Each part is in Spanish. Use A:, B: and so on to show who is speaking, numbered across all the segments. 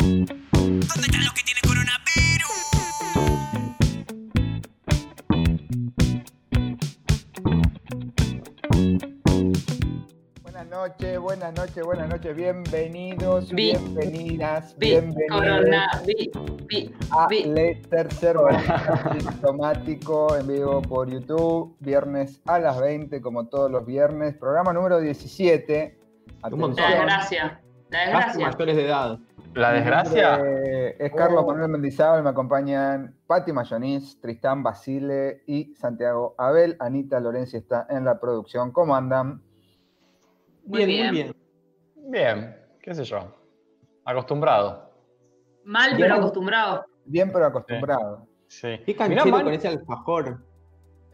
A: ¿Dónde están los que tienen coronavirus?
B: Buenas noches, buenas noches, buenas noches. Bienvenidos,
C: Vi-
B: bienvenidas,
C: Vi,
B: bienvenidos
C: corona, vi, vi,
B: a
C: vi.
B: Le Tercer Balón Sintomático en vivo por YouTube, viernes a las 20, como todos los viernes. Programa número 17.
D: Un montón.
C: La
D: Corona.
C: desgracia. La
D: Más que
C: desgracia.
D: mayores de edad.
E: La
B: Mi
E: desgracia.
B: nombre Es Carlos Manuel Mendizábal, me acompañan Patti Mayoniz, Tristán Basile y Santiago Abel. Anita Lorenzi está en la producción. ¿Cómo andan?
C: Muy bien.
D: Bien, muy bien.
E: Bien, qué sé yo. Acostumbrado.
C: Mal, pero acostumbrado.
B: Bien, pero acostumbrado.
E: Sí.
D: Qué
E: Mirá,
D: canchero
E: Manu-
D: con ese alfajor.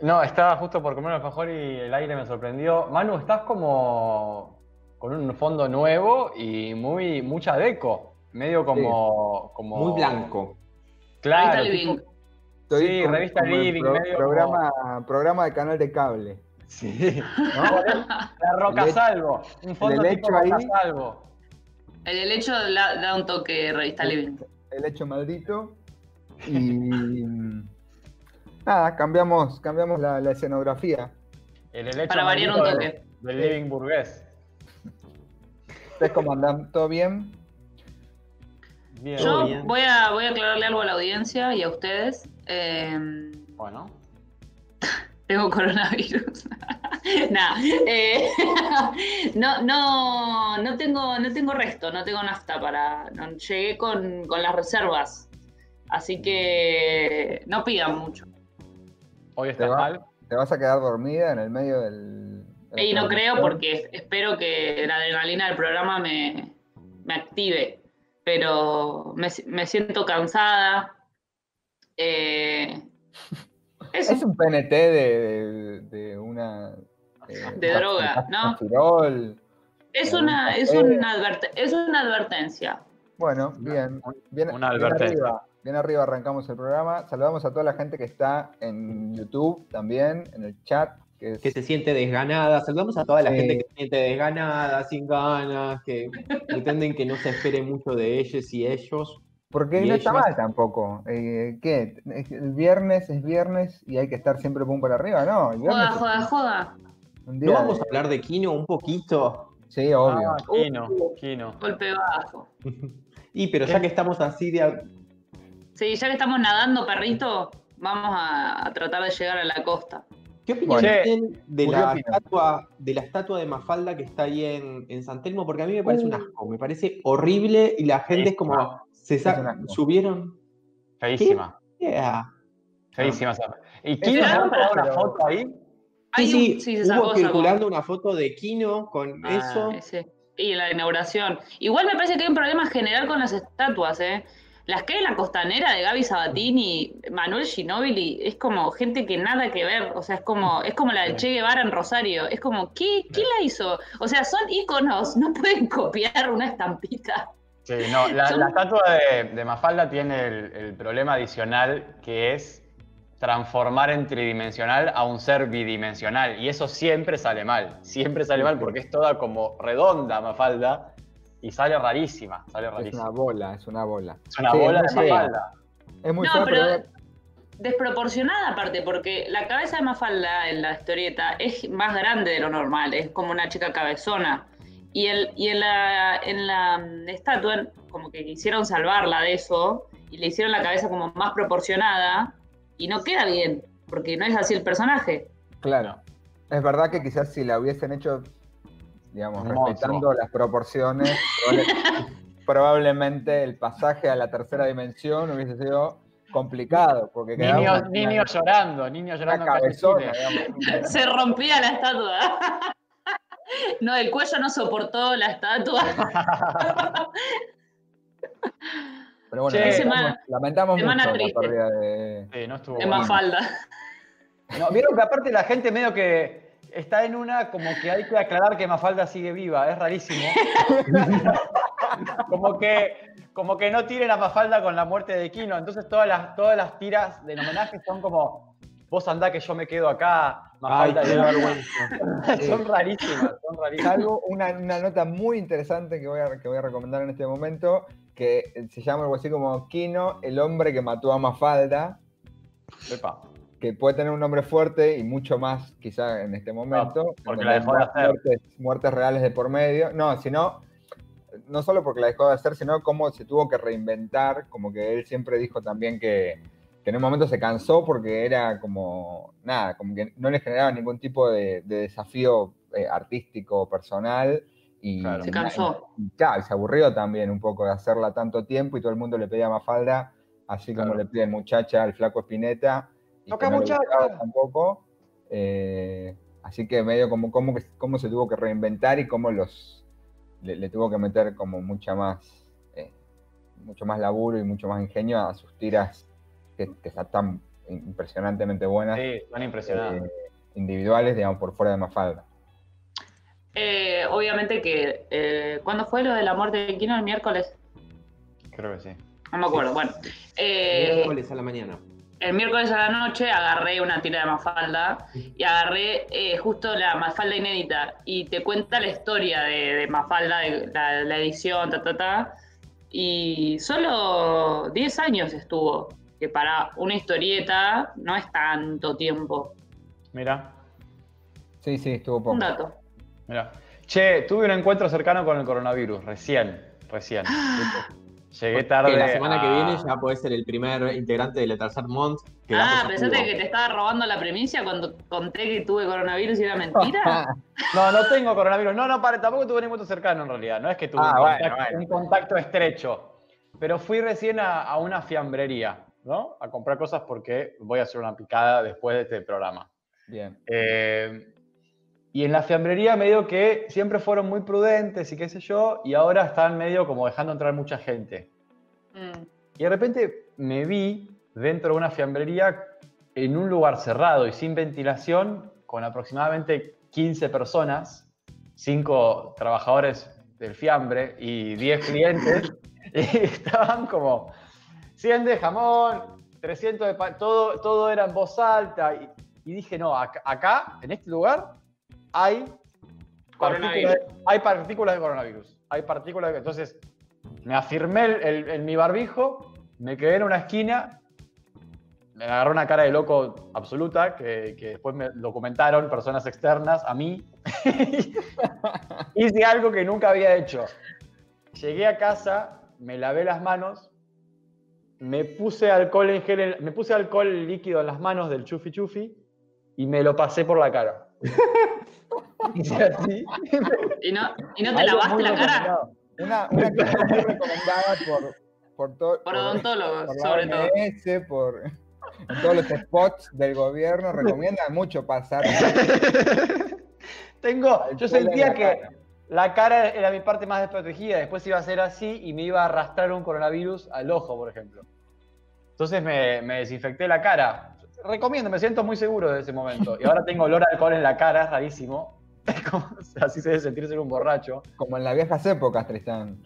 E: No, estaba justo por comer un alfajor y el aire me sorprendió. Manu, estás como con un fondo nuevo y muy mucha deco. Medio como. como
D: Muy blanco.
E: Claro.
C: Revista
E: tipo-
C: Living.
E: Sí, revista
B: el
E: Living, medio
B: programa, programa de canal de cable.
E: Sí.
B: ¿no?
E: La roca
B: Le-
E: salvo. Un fondo
B: le
E: tipo
B: echo ahí.
E: roca salvo.
C: El helecho da, da un toque revista living.
B: el hecho maldito. Y nada, cambiamos, cambiamos la, la escenografía.
E: El helecho
C: Para variar un
E: maldito
C: toque.
E: del- Del living burgués.
B: ¿Ustedes cómo andan? ¿Todo bien?
E: Bien.
C: Yo
D: bien.
C: voy a, voy a aclararle algo a la audiencia y a ustedes. Eh,
E: Bueno.
C: tengo coronavirus. Nah, eh, no, no, no tengo, no tengo resto, no tengo nafta para. no- llegué con, con las reservas. Así que no pidan mucho.
E: Hoy
B: ¿Te
E: estás
B: va-
E: mal.
B: ¿Te vas a quedar dormida en el medio del.? de la
C: Y no creo
B: transmisión?
C: porque espero que la adrenalina del programa me, me active, pero me, si- me siento cansada. Eh, eso,
B: Es un PNT de, de- de una. eh,
C: De droga, ¿no?
B: Tafirol.
C: es una,
D: Eh,
C: es una adverte- es una advertencia.
B: Bueno, bien. bien
E: Una
B: bien
E: advertencia.
B: arriba, bien arriba arrancamos el programa. Saludamos a toda la gente que está en YouTube también, en el chat. Que es-
D: Que se siente desganada. Saludamos a toda la
B: Sí.
D: gente que se siente desganada, sin ganas, que pretenden que no se espere mucho de ellos y ellos.
B: Porque
D: Y
B: no está
D: ellas-
B: mal tampoco. Eh, ¿Qué? Es- El viernes es viernes y hay que estar siempre pum para arriba, ¿no? El viernes
C: Joda,
B: es
C: joda, joda.
B: un día
D: ¿No vamos
B: de-
D: a hablar de Kino un poquito?
B: Sí, obvio.
E: Ah, Kino,
C: Uh.
E: Kino.
C: Golpe bajo.
D: Y pero ya que estamos así de... a-
C: Sí, ya que estamos nadando, perrito, vamos a, a tratar de llegar a la costa.
D: ¿Qué opinión
E: Che,
D: tienen de
B: Julio
D: la,
B: opina.
D: estatua, de la estatua de Mafalda que está ahí en, en San Telmo? Porque a mí me parece un asco, me parece horrible y la gente es como... Se sa-
B: Es un asco.
D: subieron...
E: Feísima.
D: yeah.
E: Feísima. esa- ¿Y Kino
C: raro,
E: no para una
B: pero-
E: foto ahí?
C: Hay
D: Sí,
C: un-
D: sí,
C: sí, se
D: hubo
C: sacó,
D: circulando una foto de Kino con
E: Ah,
D: eso.
C: Ese. Y la inauguración. Igual me parece que hay un problema general con las estatuas, ¿eh? Las que hay en la costanera de Gaby Sabatini, Manuel Ginóbili, es como gente que nada que ver. O sea, es como, es como la de Che Guevara en Rosario. Es como, ¿qué, ¿qué la hizo? O sea, son íconos, no pueden copiar una estampita.
E: Sí, no, la,
C: Son-
E: la estatua de, de Mafalda tiene el, el problema adicional que es transformar en tridimensional a un ser bidimensional. Y eso siempre sale mal. Siempre sale mal porque es toda como redonda Mafalda y sale rarísima. Sale
B: Es una
E: rarísima.
B: bola, es una bola.
E: Es una
B: Sí,
E: bola de
B: es muy fea.
E: Mafalda.
B: Es muy
C: No,
B: fea, pero,
C: pero- Desproporcionada aparte, porque la cabeza de Mafalda en la historieta es más grande de lo normal, es como una chica cabezona. Y, el, y en, la, en la mm, estatua, en- como que quisieron salvarla de eso, y le hicieron la cabeza como más proporcionada, y no queda bien, porque no es así el personaje.
B: claro. Es verdad que quizás si la hubiesen hecho, digamos,
E: Un monstruo.
B: respetando las proporciones, probable- probablemente el pasaje a la tercera dimensión hubiese sido complicado. Porque quedaba
E: Niños,
B: una-
E: niños llorando, niños
B: una
E: llorando. en
B: cabezona,
E: calcetines.
B: digamos.
C: Se rompía la estatua. No, el cuello no soportó la estatua.
B: Pero bueno,
E: Che.
B: lamentamos,
C: Semana-
B: lamentamos mucho
C: semana
B: la
C: triste.
B: pérdida de,
E: Sí, no estuvo
C: De
E: bueno.
C: Mafalda.
E: No, Vieron que aparte la gente medio que está en una como que hay que aclarar que Mafalda sigue viva, es rarísimo. como, que, como que no tiren a Mafalda con la muerte de Kino, entonces todas las, todas las tiras del homenaje son como, vos andá que yo me quedo acá,
D: Ay,
E: Mafalda
D: qué
E: de-
D: vergüenza.
E: son rarísimas, son rarísimas.
B: Salvo una, una nota muy interesante que voy, a, que voy a recomendar en este momento, que se llama algo así como Kino, el hombre que mató a Mafalda,
E: Epa,
B: que puede tener un nombre fuerte y mucho más quizá en este momento.
E: porque
B: en
E: la dejó
B: donde
E: de
B: hay
E: hacer.
B: Muertes, muertes reales de por medio. No, sino, no solo porque la dejó de hacer, sino cómo se tuvo que reinventar, como que él siempre dijo también que, que en un momento se cansó porque era como, nada, como que no le generaba ningún tipo de, de desafío eh, artístico o personal. Y
E: Claro.
C: Se cansó.
B: y claro, y se aburrió también un poco de hacerla tanto tiempo y todo el mundo le pedía Mafalda, así como
E: Claro.
B: le piden muchacha al flaco Espineta. y
E: Toca
B: que le
E: muchacha.
B: gustaba Tampoco. Eh, así que medio como, como, que- como se tuvo que reinventar y cómo los le, le tuvo que meter como mucha más eh, mucho más laburo y mucho más ingenio a sus tiras que, que están tan impresionantemente buenas
E: sí, son impresionantes.
B: eh, individuales, digamos, por fuera de Mafalda.
C: Eh, obviamente que, eh, ¿cuándo fue lo de la muerte de Kino? El miércoles.
E: Creo que sí.
C: No me acuerdo,
D: Sí.
C: bueno. Eh,
D: Miércoles a la mañana.
C: el miércoles a la noche agarré una tira de Mafalda y agarré eh, justo la Mafalda inédita y te cuenta la historia de, de Mafalda, de la, la edición, ta, ta, ta. Y solo 10 años estuvo, que para una historieta no es tanto tiempo.
E: Mira,
B: Sí, sí, estuvo poco.
C: Un dato.
E: mira. Che, tuve un encuentro cercano con el coronavirus, recién, recién. Llegué tarde. Ah.
D: Que la semana que
E: a-
D: viene ya puede ser el primer integrante de la tercer Mont. que
C: Ah,
D: damos a
C: pensaste
D: Cuba.
C: que te estaba robando la premisa cuando conté que tuve coronavirus y era mentira.
E: No, no tengo coronavirus. No, no, para, tampoco tuve un encuentro cercano en realidad. No es que tuve
B: Ah,
E: un,
B: bueno,
E: contacto,
B: bueno.
E: un contacto estrecho. Pero fui recién a, a una fiambrería, ¿no? A comprar cosas porque voy a hacer una picada después de este programa.
B: Bien.
E: Eh, y en la fiambrería medio que siempre fueron muy prudentes y qué sé yo, y ahora están medio como dejando entrar mucha gente.
C: Mm.
E: Y de repente me vi dentro de una fiambrería en un lugar cerrado y sin ventilación, con aproximadamente 15 personas, 5 trabajadores del fiambre y 10 clientes, y estaban como 100 de jamón, 300 de pan, todo, todo era en voz alta. Y, y dije, no, acá, acá, en este lugar, hay partículas,
C: Coronavirus.
E: hay partículas de coronavirus. Hay partículas de- Entonces, me afirmé el- el- en mi barbijo, me quedé en una esquina, me agarró una cara de loco absoluta, que, que después me documentaron personas externas a mí. Hice algo que nunca había hecho. Llegué a casa, me lavé las manos, me puse alcohol en gel, en- me puse alcohol líquido en las manos del chufi chufi y me lo pasé por la cara. Hice así.
C: ¿Y no, y no te
E: Algo
C: lavaste
E: muy
C: la cara?
E: recomendado.
B: Una, una actitud muy recomendada por, por, todo-
C: Por odontólogos,
B: por la
C: sobre todo.
B: OMS, por en todos los spots del gobierno. Recomienda mucho pasar.
E: Tengo, yo
B: alcohol en
E: sentía
B: la
E: que
B: cara.
E: la cara era mi parte más desprotegida, después iba a ser así y me iba a arrastrar un coronavirus al ojo, por ejemplo. Entonces me, me desinfecté la cara. Recomiendo, me siento muy seguro de ese momento. Y ahora tengo olor a alcohol en la cara, es rarísimo. Es como- así se debe sentir ser un borracho.
B: Como en las viejas épocas, Tristán.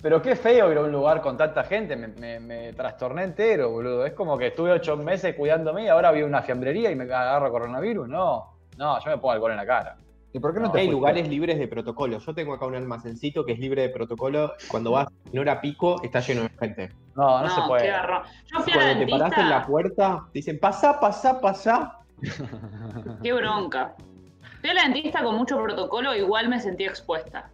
E: Pero qué feo ir a un lugar con tanta gente, me, me- me trastorné entero, boludo. Es como que estuve ocho meses cuidándome y ahora vi una fiambrería y me agarro coronavirus. No, no, yo me pongo alcohol en la cara.
B: ¿Y por qué no,
E: No,
B: te
D: Hay
B: fuiste?
D: lugares libres de protocolo. Yo tengo acá un almacencito que es libre de protocolo. Cuando vas en hora pico, está lleno de gente.
E: No, no,
C: No,
E: se
C: qué
E: puede.
C: garrón. Yo fui a la
D: Cuando te parás en la
C: dentista,
D: puerta, te dicen, pasá, pasá, pasá.
C: qué bronca. Fui a la dentista con mucho protocolo, igual me sentí expuesta.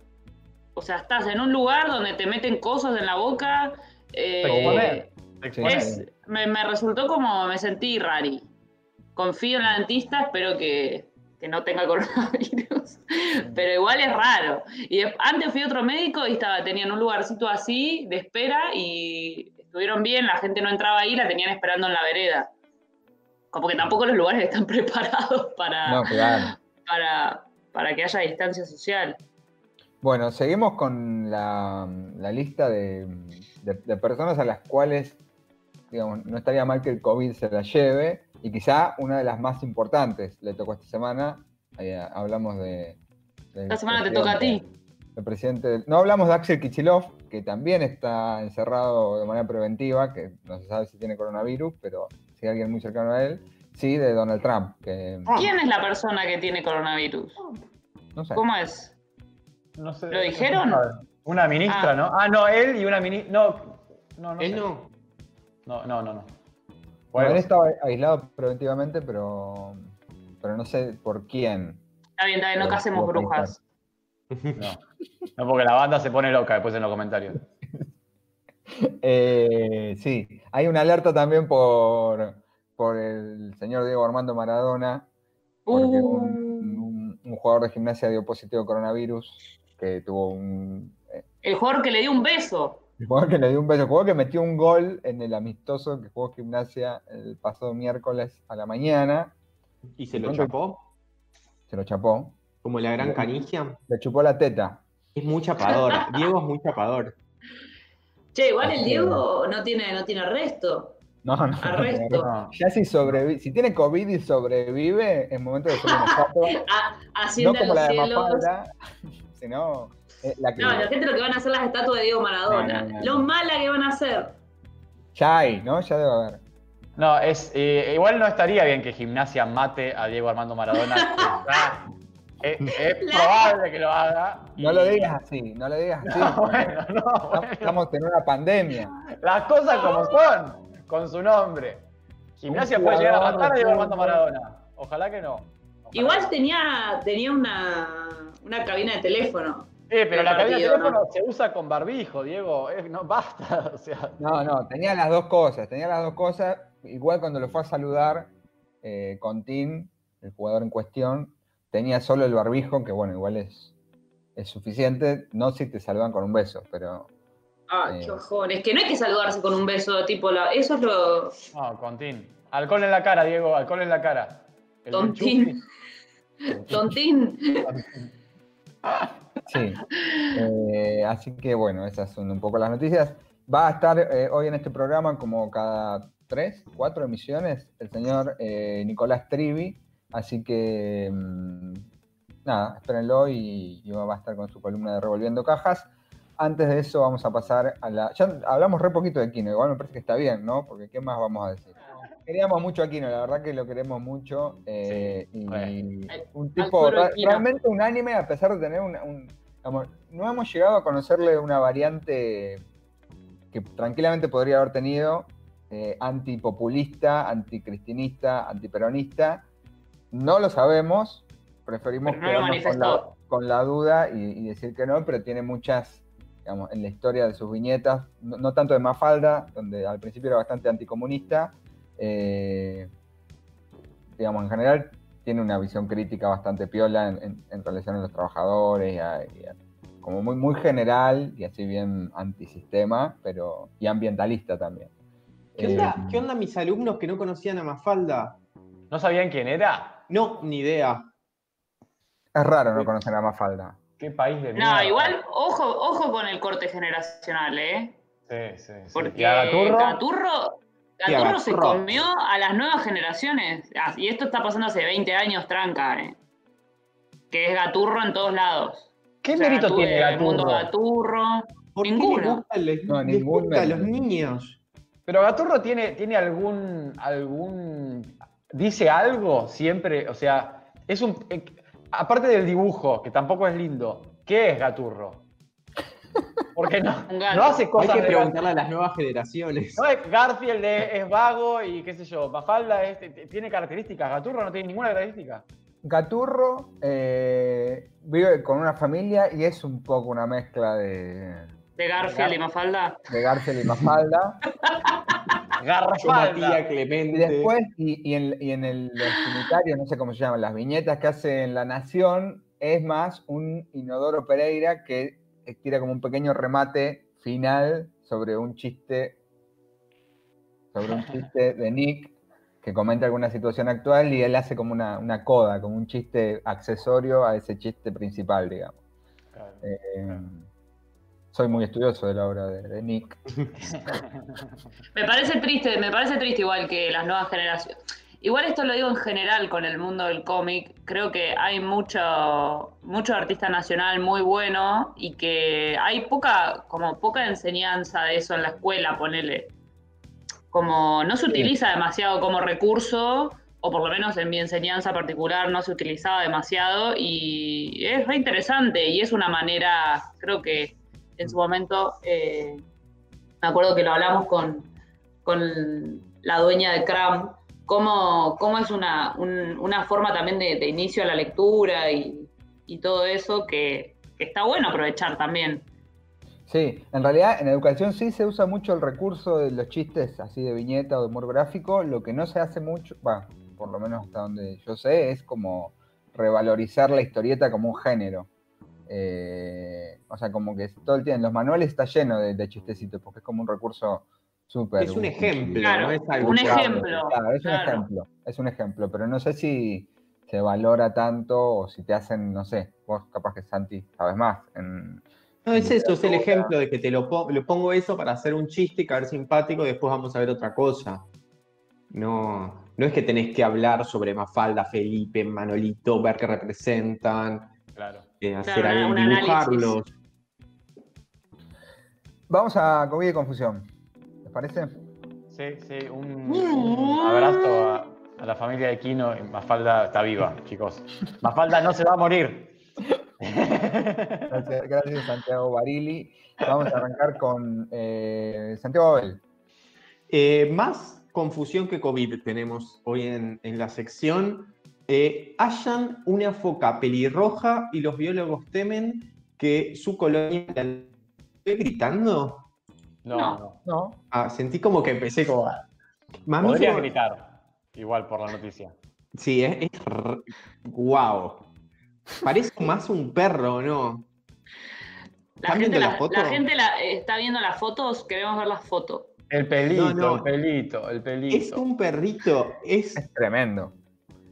C: O sea, estás en un lugar donde te meten cosas en la boca. eh,
E: Te expones, te expones.
C: es- me, me resultó como, me sentí rari. Confío en la dentista, espero que, que no tenga coronavirus. Pero igual es raro. Y de- antes fui a otro médico y estaba, tenían un lugarcito así de espera y estuvieron bien, la gente no entraba ahí, la tenían esperando en la vereda. Como que tampoco los lugares están preparados para,
B: No, claro.
C: para, para que haya distancia social.
B: Bueno, seguimos con la, la lista de, de- de personas a las cuales digamos, no estaría mal que el COVID se la lleve. y quizá una de las más importantes le tocó esta semana. Ahí ah, hablamos de. del
C: Esta semana te toca a ti.
B: El presidente. del- No hablamos de Axel Kichilov, que también está encerrado de manera preventiva, que no se sabe si tiene coronavirus, pero si hay alguien muy cercano a él. Sí, de Donald Trump, que
C: ¿Quién es la persona que tiene coronavirus?
B: no sé.
C: ¿Cómo es?
E: No sé,
C: ¿Lo dijeron?
E: no sé. Una ministra,
C: Ah.
E: ¿no? Ah, no, él y una ministra. No, no, no.
D: Él
E: sé.
D: no.
E: No, no, no. no.
B: Bueno,
E: Bueno,
B: él estaba aislado preventivamente, pero, pero no sé por quién.
C: Está bien, está bien, no
B: Lo-
C: casemos
B: lo
C: brujas.
E: no. No, porque la banda se pone loca después en los comentarios.
B: Eh, sí, hay una alerta también por, por el señor Diego Armando Maradona, porque un,
C: Uh,
B: un- un jugador de gimnasia dio positivo a coronavirus, que tuvo un... eh,
C: el jugador que le dio un beso.
B: el jugador que le dio un beso, el jugador que metió un gol en el amistoso que jugó gimnasia el pasado miércoles a la mañana,
D: Y se lo
B: ¿Cuánto?
D: chapó,
B: se lo chapó,
D: como la gran canigia.
B: le chupó la teta.
D: Es muy chapador. Diego es muy chapador.
C: Che, igual el Diego no tiene, no tiene arresto.
B: No, no, no,
C: Arresto.
E: No.
B: Ya si sobrevive, si tiene COVID y sobrevive, es momento de ser una estatua.
C: Ah, A-
B: no
C: Hacienda
B: como la
C: los
B: de
C: cielos.
B: Mafalda, sino eh, la que
C: No, la gente lo que van a hacer las estatuas de Diego Maradona.
B: No, no, no.
C: Lo mala que van a hacer.
B: ya hay, ¿no? Ya debe haber.
E: No, es, eh, igual no estaría bien que Gimnasia mate a Diego Armando Maradona. Está- es, es
C: La-
E: probable que lo haga.
B: No
E: y-
B: lo digas así, no lo digas así.
E: No, bueno, no,
B: Estamos-
E: bueno.
B: Estamos en una pandemia.
E: Las cosas como son, con su nombre. Gimnasia
B: Un
E: puede llegar a
B: jugador
E: matar a Diego
B: de
E: Armando
B: fútbol.
E: Maradona. Ojalá que no. Ojalá que
C: Igual
E: no.
C: tenía, tenía una, una cabina de teléfono.
E: Sí, Eh, pero la cabina de
C: partido,
E: teléfono se usa con barbijo, Diego. Es- no, basta. O sea,
B: No, no, tenía las dos cosas, tenía las dos cosas. Igual cuando lo fue a saludar eh, con Tim, el jugador en cuestión, tenía solo el barbijo, que bueno, igual es, es suficiente. No si te saludan con un beso, pero Sí.
C: Ay, Ah, qué bajón. Es que no hay que saludarse con un beso, tipo, la- eso es lo...
E: no, Contín. Alcohol en la cara, Diego, alcohol en la cara. El
C: Tontín.
E: chupi.
C: Tontín.
B: Sí. Eh, así que bueno, esas son un poco las noticias. Va a estar eh, hoy en este programa, como cada tres, cuatro emisiones, el señor eh, Nicolás Trivi. Así que mm, nada, espérenlo y, y va a estar con su columna de Revolviendo Cajas. Antes de eso vamos a pasar a la... Ya hablamos re poquito de Kino, igual me parece que está bien, ¿no? Porque ¿qué más vamos a decir? Queríamos mucho a Kino, la verdad que lo queremos mucho. eh, y
E: re.
B: un tipo
C: Arturo
B: ra-
C: Kino.
B: realmente unánime a pesar de tener una- un... digamos, no hemos llegado a conocerle una variante que tranquilamente podría haber tenido, eh, antipopulista, anticristinista, antiperonista. No lo sabemos, preferimos
C: Pero no lo
B: quedarnos con la,
C: manifestó.
B: con la duda y, y decir que no, pero tiene muchas, digamos, en la historia de sus viñetas, no, no tanto de Mafalda, donde al principio era bastante anticomunista, eh, digamos, en general tiene una visión crítica bastante piola en, en- en relación a los trabajadores, y a- y a- como muy, muy general y así bien antisistema, pero y ambientalista también.
D: ¿Qué
B: Eh,
D: onda, ¿Qué onda mis alumnos que no conocían a Mafalda?
E: ¿No sabían quién era?
D: No, ni idea.
B: Es raro no conocer a Mafalda.
E: ¿Qué país de mierda?
C: No, igual, ojo, ojo con el corte generacional, ¿eh?
E: Sí, sí, sí.
C: Porque
E: ¿Y a Gaturro?
C: Gaturro,
D: Y a
C: Gaturro se
D: Gaturro.
C: comió a las nuevas generaciones. Ah, Y esto está pasando hace 20 años, tranca, ¿eh? Que es Gaturro en todos lados.
E: ¿Qué
C: O sea,
E: mérito
C: Gatu-
E: tiene
C: El mundo
E: Gaturro?
C: Gaturro.
D: ¿Por qué les
C: Ninguno.
D: gusta, les-
B: No,
D: les
B: ninguno.
D: gusta a los niños?
E: Pero Gaturro tiene, tiene algún, algún. dice algo siempre. O sea, es un. eh, aparte del dibujo, que tampoco es lindo, ¿qué es Gaturro? Porque no,
C: Un gato.
E: no hace
D: Hay
E: cosas
D: que
E: de
D: preguntarle a las nuevas generaciones.
E: No es Garfield es, es vago y qué sé yo, Mafalda es- t- t- tiene características, Gaturro no tiene ninguna característica.
B: Gaturro eh, vive con una familia y es un poco una mezcla de,
C: De Garfield y Mafalda.
B: de Garfield y Mafalda.
D: Yo, Matías
E: Garrafalda.
B: Eh, Y
D: Clemente.
B: después, y, y en, y en el, los unitarios, no sé cómo se llaman, las viñetas que hace en La Nación, es más un Inodoro Pereira que tira como un pequeño remate final sobre un chiste, sobre un chiste de Nick que comenta alguna situación actual y él hace como una, una coda, como un chiste accesorio a ese chiste principal, digamos. Eh, soy muy estudioso de la obra de, de Nick.
C: Me parece triste, me parece triste igual que las nuevas generaciones. Igual esto lo digo en general con el mundo del cómic. Creo que hay mucho, mucho artista nacional muy bueno y que hay poca, como poca enseñanza de eso en la escuela, ponele. Como no se utiliza demasiado como recurso, o por lo menos en mi enseñanza particular no se utilizaba demasiado, y es re interesante, y es una manera, creo que en su momento, eh, me acuerdo que lo hablamos con, con la dueña de Cram, cómo, cómo es una, un- una forma también de, de inicio a la lectura y, y todo eso que, que está bueno aprovechar también.
B: Sí, en realidad en educación sí se usa mucho el recurso de los chistes así de viñeta o de humor gráfico. Lo que no se hace mucho, va, por lo menos hasta donde yo sé, es como revalorizar la historieta como un género. Eh, o sea, como que todo el tiempo, en los manuales está lleno de, de chistecitos, porque es como un recurso súper.
D: Es un ejemplo,
C: Claro,
D: no es algo
C: un
D: que-
B: Claro,
C: ejemplo,
B: claro, es un
C: claro.
B: ejemplo, es un ejemplo, pero no sé si se valora tanto o si te hacen, no sé, vos capaz que Santi sabes más. En,
D: No, es eso, es el ejemplo de que te lo, po- lo pongo eso para hacer un chiste y caer simpático, después vamos a ver otra cosa. No, no es que tenés que hablar sobre Mafalda, Felipe, Manolito, ver qué representan,
E: Claro.
D: eh, hacer
C: Claro,
D: algo,
C: un análisis.
D: dibujarlos.
B: Vamos a COVID y confusión. ¿Les parece?
E: Sí, sí, un, un abrazo a, a la familia de Kino. Mafalda está viva, chicos. Mafalda no se va a morir.
B: Gracias, gracias, Santiago Barili. Vamos a arrancar con eh, Santiago Abel.
D: Eh, más confusión que COVID tenemos hoy en, en la sección. Eh, hallan una foca pelirroja y los biólogos temen que su colonia... ¿Estoy gritando?
E: No,
C: No.
E: no.
B: No,
D: Ah, sentí como que empecé como... a-
E: Podrías
D: Mamífero-
E: gritar, igual por la noticia.
D: Sí, es, es r- guau. Parece más un perro, ¿no?
C: La
D: ¿Están
C: gente,
D: viendo
C: la,
D: la foto?
C: la gente la- está viendo las fotos, queremos ver las fotos.
E: El pelito,
D: No, no.
E: el pelito, el
D: Es
E: pelito.
D: un perrito. Es
B: es tremendo.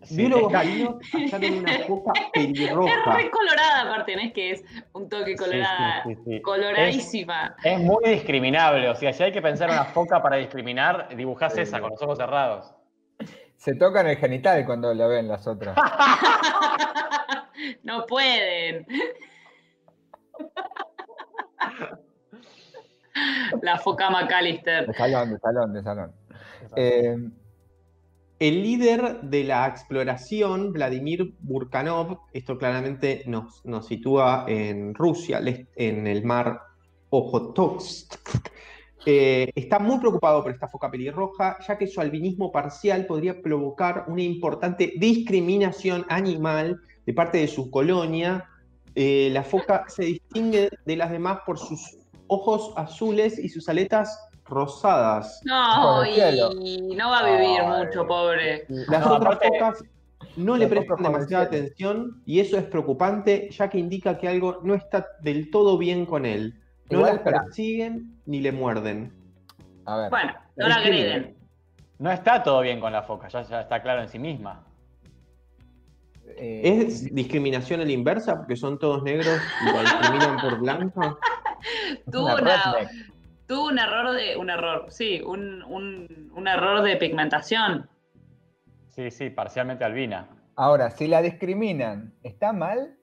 E: Sí,
D: biólogos
E: es-
D: marinos hallaron una foca
C: Es
D: pelirroja.
C: re colorada, aparte, no es que es un toque
E: sí,
C: colorada.
E: sí, sí, sí. Es,
C: Coloradísima.
E: es muy discriminable, o sea, si hay que pensar una foca para discriminar, dibujás esa con los ojos cerrados.
B: Se tocan el genital cuando lo ven las otras.
C: no pueden. La foca McAllister.
B: De salón, de salón, de salón. Eh,
D: El líder de la exploración, Vladimir Burkanov, esto claramente nos, nos sitúa en Rusia, al est- en el mar Ojotovsk, eh, está muy preocupado por esta foca pelirroja, ya que su albinismo parcial podría provocar una importante discriminación animal de parte de su colonia. Eh, la foca se distingue de las demás por sus ojos azules y sus aletas rosadas.
C: No,
B: Por el cielo.
C: y no va a vivir
E: Ay.
C: mucho, pobre.
D: Las
E: No,
D: otras
E: aparte-
D: focas no le
B: Las
D: prestan
B: focas
D: demasiada
B: comerciales.
D: atención y eso es preocupante, ya que indica que algo no está del todo bien con él. No
B: Igual,
D: las
B: espera.
D: persiguen ni le muerden.
B: a ver.
C: Bueno, no la agreden.
E: No está todo bien con la foca, ya, ya está claro en sí misma.
B: eh,
D: ¿Es discriminación a la inversa? Porque son todos negros y la discriminan por blanca.
C: Tuvo
B: una
C: una,
B: redneck.
C: tuvo un error de. Un error, sí, un, un- un error de pigmentación.
E: Sí, sí, parcialmente albina.
B: Ahora, si la discriminan, ¿está mal?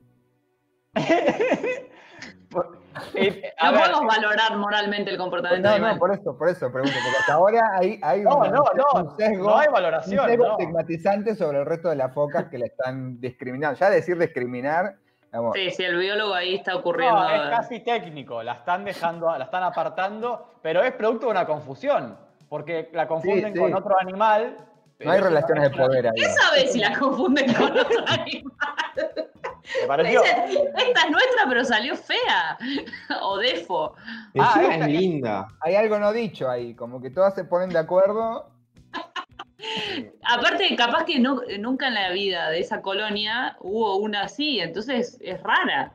E: Por- eh, a
C: No
E: ver,
C: podemos valorar moralmente el comportamiento
B: No,
C: animal.
B: no, Eh, por eso, por eso pregunto, porque hasta ahora hay, hay
E: no,
B: una-
E: no, no,
B: un sesgo,
E: no hay
B: un
E: valoración.
B: sesgo
E: no.
B: estigmatizante sobre el resto de las focas que la están discriminando. Ya decir discriminar, vamos,
C: Sí, sí, el biólogo ahí está ocurriendo.
E: No, es casi técnico, la están dejando, la están apartando, pero es producto de una confusión, porque la confunden
B: sí.
E: con otro animal. pero
B: no hay
E: es una-
B: relaciones
E: es
B: de
E: una-
B: poder ahí.
C: ¿Qué sabes si la confunden con otro animal?
E: Me pareció.
C: Esta es nuestra, pero salió fea. O defo.
E: Ah,
D: Encima
E: esta
D: es
E: que-
D: linda.
B: Hay algo no dicho ahí, como que todas se ponen de acuerdo.
C: Aparte, capaz que no, nunca en la vida de esa colonia hubo una así, entonces es rara.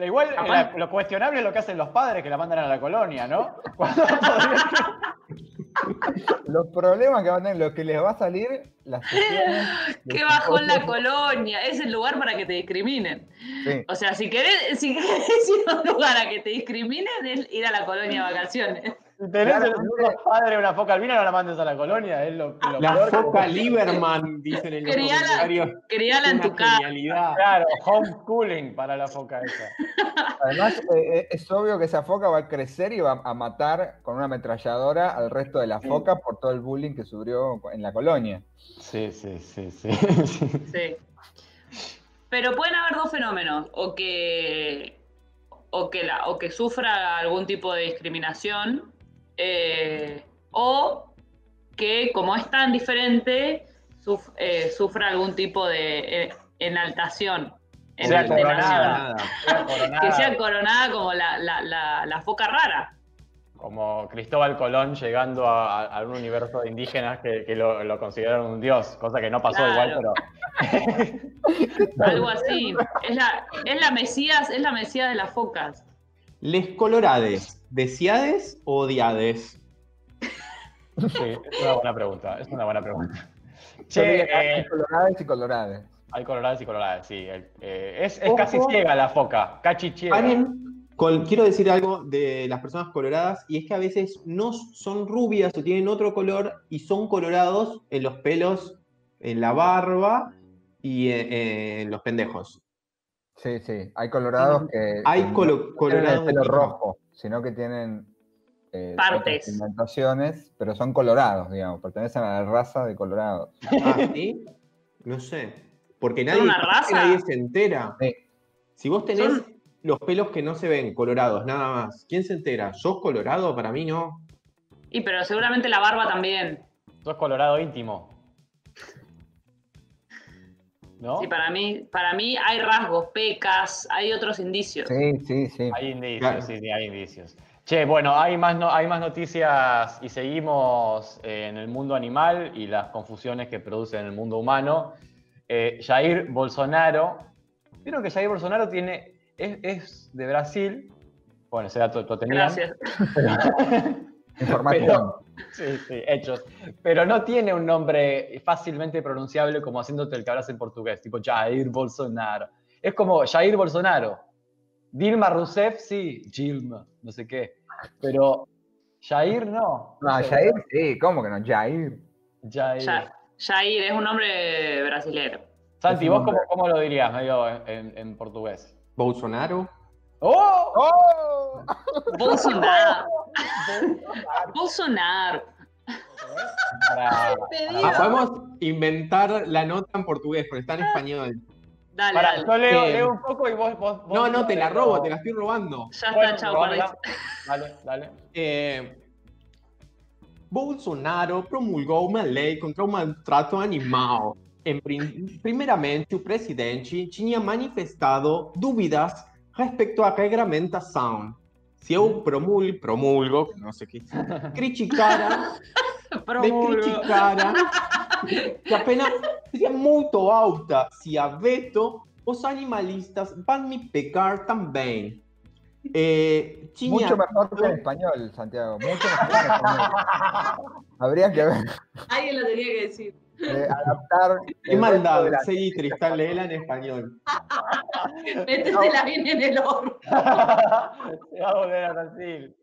E: Igual
C: Capaz.
E: la- lo cuestionable es lo que hacen los padres que la mandan a la colonia, ¿no? Cuando podrían-
B: Los problemas que van a tener, lo que les va a salir, las sesiones,
C: Qué
B: los-
C: bajó en la colonia. Es el lugar para que te discriminen.
B: Sí.
C: O sea, si querés, si querés ir a un lugar a que te discriminen, es ir a la colonia de vacaciones.
E: Tenés el
B: Claramente-
E: mismo padre de una foca albina, no la mandes a la colonia. Es lo, lo
D: La
E: peor que-
D: foca Lieberman, dicen en los
C: Quería la-
D: comentarios.
C: Criala en
D: Una
C: tu casa.
D: genialidad.
E: Claro, homeschooling para la foca esa.
B: Además, eh, eh, es obvio que esa foca va a crecer y va a matar con una ametralladora al resto de la foca por todo el bullying que sufrió en la colonia.
E: Sí, sí, sí, sí.
C: Sí. Pero pueden haber dos fenómenos, o que, o que, la, o que sufra algún tipo de discriminación, eh, o que como es tan diferente, suf- eh, sufra algún tipo de eh, enaltación.
E: O sea,
C: el-
D: Una
C: de la
E: coronada.
C: ciudad.
D: genialidad.
E: Era coronada,
C: Que sea coronada como la, la- la- la foca rara.
E: Como Cristóbal Colón llegando a, a- a un universo de indígenas que, que lo, lo consideraron un dios, cosa que no pasó
C: Claro.
E: igual,
C: Algo así. Es la, es la Mesías, es la Mesías de las focas.
D: Les colorades, ¿deseades o odiades?
E: pero sí, es una buena pregunta, es una buena pregunta.
B: Yo diría que
E: Che,
B: hay
E: eh,
B: colorades y colorades.
E: hay coloradas y coloradas, sí. el- eh, es es
D: Ojo.
E: casi ciega la foca, cachi ciega.
D: Paren, con- quiero decir algo de las personas coloradas y es que a veces no son rubias o tienen otro color y son colorados en los pelos, en la barba y en, en los pendejos.
B: Sí, sí, hay
E: Mm.
B: colorados que
D: Hay
B: que
D: colo-
B: no tienen
D: colorados
B: el pelo
D: que-
B: rojo, sino que tienen eh,
C: Partes.
B: otras pigmentaciones, pero son colorados, digamos, pertenecen a la raza de colorados.
D: Ah, ¿sí? No sé. Porque
C: ¿Son
D: nadie,
C: una raza?
D: nadie se entera.
B: Sí.
D: Si vos tenés
C: Son-
D: los pelos que no se ven, colorados, nada más, ¿quién se entera? ¿Sos colorado? Para mí no.
C: Y pero seguramente la barba también.
E: Sos colorado íntimo. ¿No?
C: Sí, para mí, para mí hay rasgos, pecas, hay otros indicios.
B: Sí, sí, sí.
E: Hay indicios,
D: Claro.
E: sí, sí, hay indicios. Che, bueno, hay más, no- hay más noticias y seguimos eh, en el mundo animal y las confusiones que produce en el mundo humano. Eh, Jair Bolsonaro, vieron que Jair Bolsonaro tiene, es, es de Brasil, bueno, ese dato lo tenía.
C: Gracias.
B: Información.
E: Pero- Sí, sí, hechos. Pero no tiene un nombre fácilmente pronunciable como haciéndote el que hablas en portugués, tipo Jair Bolsonaro. Es como Jair Bolsonaro. Dilma Rousseff, sí, Dilma, no sé qué. Pero Jair no.
B: No,
D: Ah,
E: sé.
B: Jair, sí, ¿cómo que no? Jair.
E: Jair.
C: Ya- Jair es un hombre brasilero.
E: Santi,
B: Es un
E: ¿vos cómo,
B: nombre.
E: cómo lo dirías medio en, en- en portugués?
D: Bolsonaro.
E: ¡Oh!
B: ¡Oh!
C: Bolsonaro. Bolsonaro. ¡Oh!
E: Para-
D: Ah, podemos inventar la nota en portugués, porque
C: Ah.
D: está en español.
C: Dale,
E: para-
C: dale.
E: yo leo,
D: Eh,
E: leo un poco y vos... vos- vos-
D: No, no, te la robo, te la estoy robando.
C: Ya
E: Bueno,
C: está, chao,
E: robámela.
C: Juan.
E: Dale, dale.
D: Eh, Bolsonaro promulgou uma lei contra o maltrato animal. Em prim- primeiramente, o presidente tinha manifestado dúvidas respeito à regulamentação. Se eu promul, promulgo, não sei o que, criticara, de
C: Promulgo.
D: criticara que a pena seria muito alta se a veto, os animalistas vão me pegar também. Eh, tinha-
B: Mucho mejor que en español, Santiago. Mucho mejor que en español. Habría que ver,
C: Alguien lo tenía que decir.
B: eh, adaptar.
D: Qué
B: el
D: maldad,
B: resto de la-
D: seguí Tristán, léela en español.
C: Métetela bien en el horno.
E: Se va a volver a Brasil.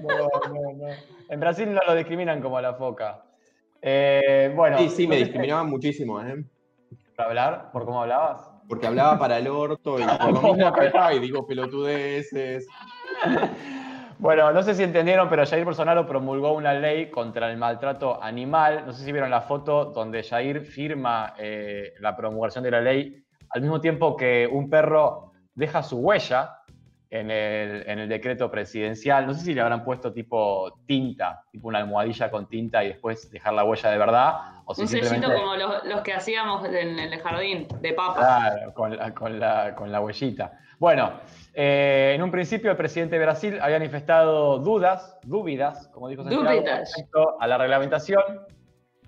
E: No, no, no. En Brasil no lo discriminan como a la foca. Eh, bueno,
D: Sí, sí, me
E: ¿no te-
D: discriminaban muchísimo, ¿eh?
E: ¿Por hablar? ¿Por cómo hablabas?
D: Porque hablaba para el orto y por lo mismo que acá, y digo pelotudeces.
E: Bueno, no sé si entendieron, pero Jair Bolsonaro promulgó una ley contra el maltrato animal. No sé si vieron la foto donde Jair firma eh, la promulgación de la ley al mismo tiempo que un perro deja su huella en el, en el decreto presidencial. No sé si le habrán puesto tipo tinta, tipo una almohadilla con tinta y después dejar la huella de verdad. O si
C: Un sellito
E: simplemente-
C: como los, los que hacíamos en el jardín de
B: Ah.
C: papas.
E: Claro, con la, con la- con la huellita. Bueno, eh, en un principio el presidente de Brasil había manifestado dudas, dúvidas, como dijo Santiago,
C: Dúvidas.
E: respecto a la reglamentación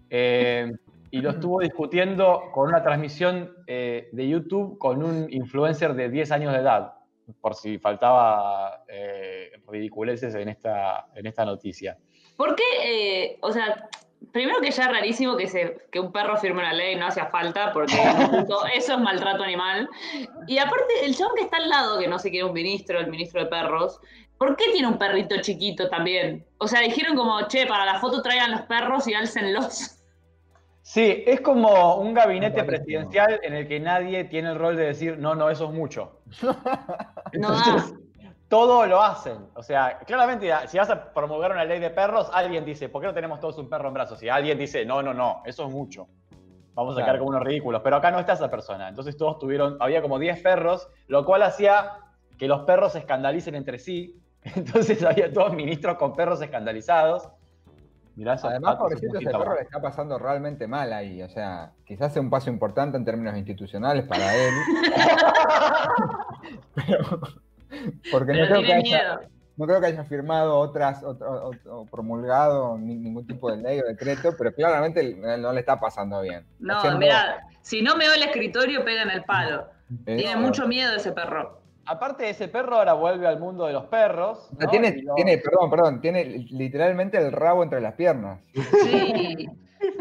E: eh, y lo estuvo discutiendo con una transmisión eh, de YouTube con un influencer de 10 años de edad, por si faltaba eh, ridiculeces en esta, en esta noticia.
C: ¿Por qué? eh, o sea, primero que ya es rarísimo que, se, que un perro firme una ley, no hacía falta, porque eso- eso es maltrato animal. Y aparte, el chabón que está al lado, que no sé qué era un ministro, el ministro de perros, ¿Por qué tiene un perrito chiquito también? O sea, dijeron como, che, para la foto traigan los perros y álcenlos.
E: Sí, es como un gabinete
B: Me parece,
E: presidencial en el que nadie tiene el rol de decir, no, no, eso es mucho.
C: No da.
E: Todo lo hacen. O sea, claramente, si vas a promover una ley de perros, alguien dice, ¿por qué no tenemos todos un perro en brazos? Y alguien dice, no, no, no, eso es mucho. Vamos a quedar
B: Claro.
E: como unos ridículos. Pero acá no está esa persona. Entonces todos tuvieron, había como 10 perros, lo cual hacía que los perros se escandalicen entre sí. Entonces había todos ministros con perros escandalizados. Mirá, esos
B: Además,
E: patos,
B: pobrecito,
E: esos
B: ese
E: mosquitos.
B: perro le está pasando realmente mal ahí. O sea, quizás sea un paso importante en términos institucionales para él. Pero- porque
C: Pero
B: no creo, que
C: tiene
B: haya,
C: miedo.
B: no creo que haya firmado otras otra- o, o promulgado ni- ningún tipo de ley o decreto, pero claramente eh, no no le está pasando bien.
C: No,
B: Haciendo-
C: mira, si no me va el escritorio, pega en el palo.
B: eh,
C: Tiene mucho miedo ese perro.
E: Aparte, ese perro ahora vuelve al mundo de los perros.
B: No,
E: ¿no?
B: tiene,
E: Y lo-
B: tiene, perdón, perdón, tiene literalmente el rabo entre las piernas.
C: Sí.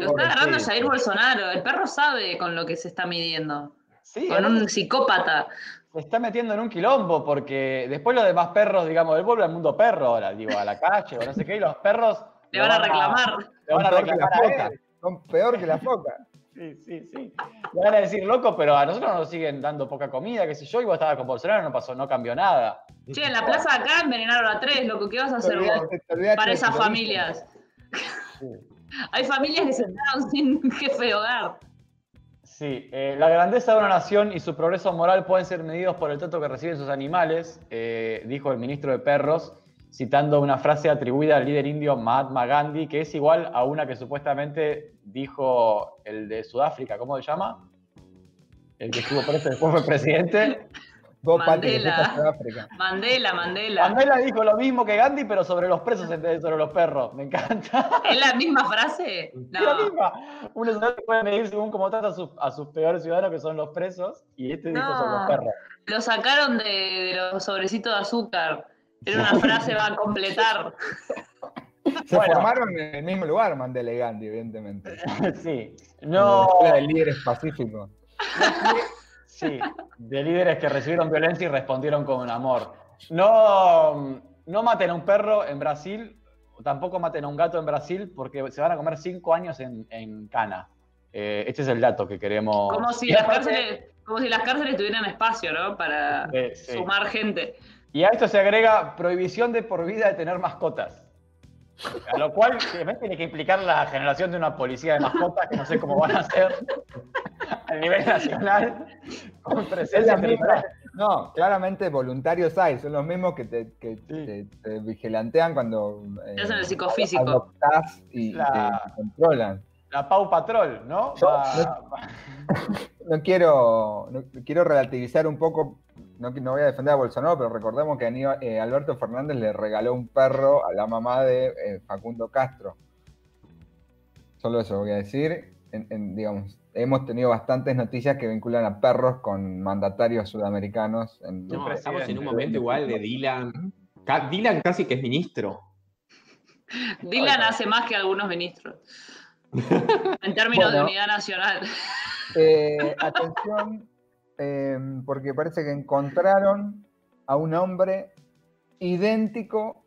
C: Lo está agarrando
E: Pobrecito.
C: Jair Bolsonaro. El perro sabe con lo que se está midiendo.
E: Sí,
C: Con
E: ahora
C: un psicópata.
E: se está metiendo en un quilombo porque después los demás perros, digamos, él vuelve al mundo perro ahora, digo, a la calle o no sé qué, y los perros.
C: Le
E: lo
C: van a reclamar.
E: Le van a
B: Son peor que
E: reclamar
B: la
E: a
B: foca.
E: él.
B: Son peor que la foca.
E: Sí, sí, sí. Le van a decir, loco, pero a nosotros nos siguen dando poca comida, qué sé yo, y vos estabas con Bolsonaro, no pasó, no cambió nada.
C: Che, en la plaza de acá envenenaron a tres, loco. ¿Qué vas a hacer vos?
B: Te olvidaste
C: Para
B: de que lo
C: esas
B: dije.
C: familias. Hay familias que se quedaron sin jefe de hogar.
E: Sí, eh, la grandeza de una nación y su progreso moral pueden ser medidos por el trato que reciben sus animales, eh, dijo el ministro de Perros, citando una frase atribuida al líder indio Mahatma Gandhi, que es igual a una que supuestamente dijo el de Sudáfrica, ¿cómo se llama? El que estuvo preso y después fue presidente.
B: Vos, Pati, que
C: Mandela.
B: fuiste a Sudáfrica.
C: Mandela, Mandela.
E: Mandela dijo lo mismo que Gandhi, pero sobre los presos en vez de sobre los perros. Me encanta.
C: ¿Es la misma frase?
E: Es la
C: No.
E: misma. Uno se puede medir según cómo trata a sus, a sus peores ciudadanos, que son los presos, y este dijo sobre los
C: No.
E: perros.
C: Lo sacaron de, de los sobrecitos de azúcar. Era una frase va a completar.
B: Se
E: Bueno.
B: formaron en el mismo lugar, Mandela y Gandhi, evidentemente.
E: Sí.
B: Una
E: No.
B: escuela de líderes pacíficos.
E: Sí, de líderes que recibieron violencia y respondieron con amor. No, no maten a un perro en Brasil, tampoco maten a un gato en Brasil, porque se van a comer cinco años en, en cana. Eh, este es el dato que queremos.
C: Como si
E: Y
C: las
E: aparte-
C: cárceles, como si las cárceles tuvieran espacio, ¿no? Para
E: Eh, sí.
C: sumar gente.
E: Y a esto se agrega prohibición de por vida de tener mascotas. A lo cual además, tiene que implicar la generación de una policía de mascotas que no sé cómo van a hacer a nivel nacional con
B: Es la
E: presencia
B: misma- No, claramente voluntarios hay, son los mismos que te, que te- te vigilantean cuando eh,
C: Te hacen el psicofísico.
B: adoptás y, y
E: La-
B: te, te controlan.
E: La Pau Patrol, ¿no?
B: Yo-
E: Va- va-
B: No quiero, no- quiero relativizar un poco, no, que- no voy a defender a Bolsonaro, pero recordemos que Aníbal- eh, Alberto Fernández le regaló un perro a la mamá de eh, Facundo Castro. Solo eso voy a decir. En- en, digamos, hemos tenido bastantes noticias que vinculan a perros con mandatarios sudamericanos. en-
D: No,
E: Un
D: estamos en
E: presidente.
D: un momento igual de Dylan. Ca- Dylan casi que es ministro.
C: Dylan hace más que algunos ministros. En términos de
B: Bueno.
C: unidad nacional.
B: Eh, atención, eh, porque parece que encontraron a un hombre idéntico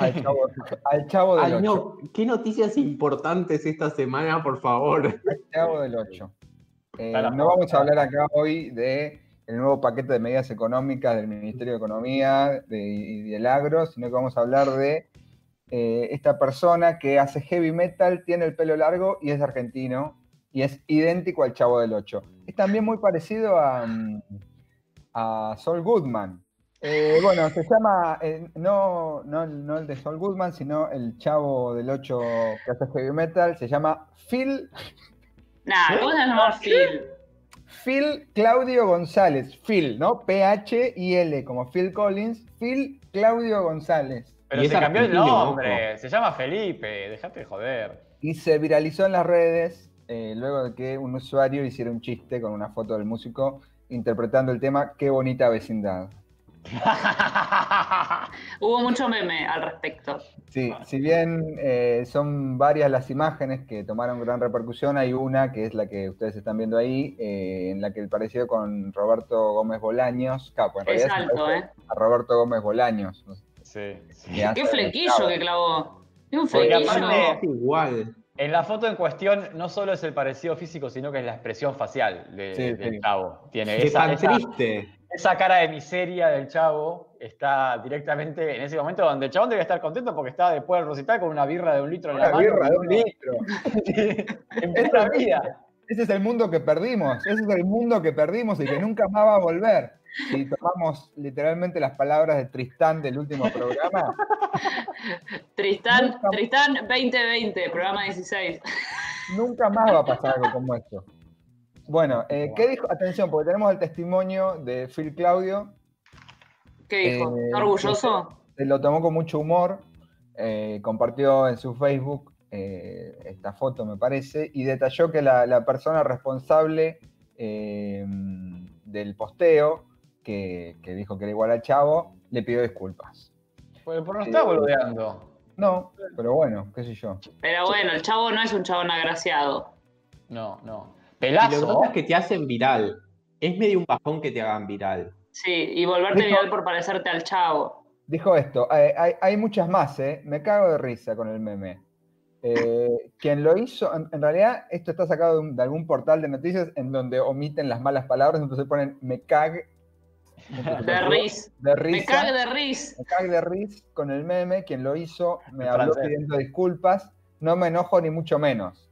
B: al chavo, al chavo del
D: Ay,
B: 8.
D: no, qué noticias importantes esta semana, por favor.
B: Santiago del 8. Eh,
E: Este, Está la
B: no
E: foto.
B: vamos a hablar acá hoy de el nuevo paquete de medidas económicas del Ministerio de Economía de- y del Agro, sino que vamos a hablar de eh, esta persona que hace heavy metal, tiene el pelo largo y es argentino y es idéntico al Chavo del 8. Es también muy parecido a, mm, a Sol Goodman. Eh, bueno, se llama eh, no, no, el- no el de Sol Goodman, sino el Chavo del 8 que hace heavy metal, se llama Phil
C: Nah, ¿cómo se
B: Ah,
C: llama Phil?
B: Phil Claudio González, Phil, ¿no? P-H-I-L, como Phil Collins, Phil Claudio González.
E: Pero
D: Y
E: se
D: es
E: cambió el
D: argentino,
E: nombre, se llama Felipe, dejate de joder.
B: Y se viralizó en las redes eh, luego de que un usuario hiciera un chiste con una foto del músico interpretando el tema Qué bonita vecindad.
C: Hubo mucho meme al respecto.
B: Sí,
C: Ah.
B: si bien eh, son varias las imágenes que tomaron gran repercusión, hay una que es la que ustedes están viendo ahí, eh, en la que el parecido con Roberto Gómez Bolaños, capo, en
C: Es
B: realidad se
C: alto,
B: parece
C: ¿eh?
B: a Roberto Gómez Bolaños, no sé
E: Sí, sí.
B: que hace
C: Qué
B: el
C: flequillo
B: esclavo.
C: que clavó. Es un
E: Porque
C: flequillo.
E: aparte-
D: Es igual.
E: En la foto en cuestión no solo es el parecido físico, sino que es la expresión facial de-
B: Sí,
E: del
B: sí.
E: chavo. Tiene
D: Qué
E: Eh, esa,
D: tan
E: esa,
D: triste.
E: esa cara de miseria del chavo está directamente en ese momento donde el chabón debe estar contento porque está después del recital con una birra de un litro en la
B: Una
E: mano.
B: birra de un litro.
E: en plena vida.
B: Ese es el mundo que perdimos. Ese es el mundo que perdimos y que nunca más va a volver. Si tomamos literalmente las palabras de Tristán del último programa,
C: Tristán,
B: Nunca-
C: Tristán 2020, programa 16.
B: nunca más va a pasar algo como esto. Bueno, eh, ¿qué dijo? Atención, porque tenemos el testimonio de Phil Claudio,
C: ¿Qué dijo?
B: Eh,
C: ¿Orgulloso?
B: se Eh, lo tomó con mucho humor, eh, compartió en su Facebook eh, esta foto, me parece, y detalló que la, la persona responsable eh, del posteo, que, que dijo que era igual a Chavo, le pidió disculpas.
E: Porque por no está boludeando.
B: No, pero bueno, qué sé yo.
C: Pero bueno, el chavo no es un chabón agraciado.
E: No, no.
D: Y lo que
E: Pelazo.
D: pasa es que te hacen viral. Es medio un bajón que te hagan viral.
C: Sí, y volverte
B: Dijo-
C: viral por parecerte al chavo.
B: Dijo esto, hay, hay- hay muchas más, ¿eh? Me cago de risa con el meme. Eh, quien lo hizo, en, en realidad esto está sacado de, un- de algún portal de noticias en donde omiten las malas palabras, entonces ponen me cag
C: De ris.
B: de
C: Me
B: risa.
C: cague de ris.
B: Me cague de ris con el meme, quien lo hizo, me
E: En
B: habló
E: francés.
B: pidiendo disculpas, no me enojo ni mucho menos,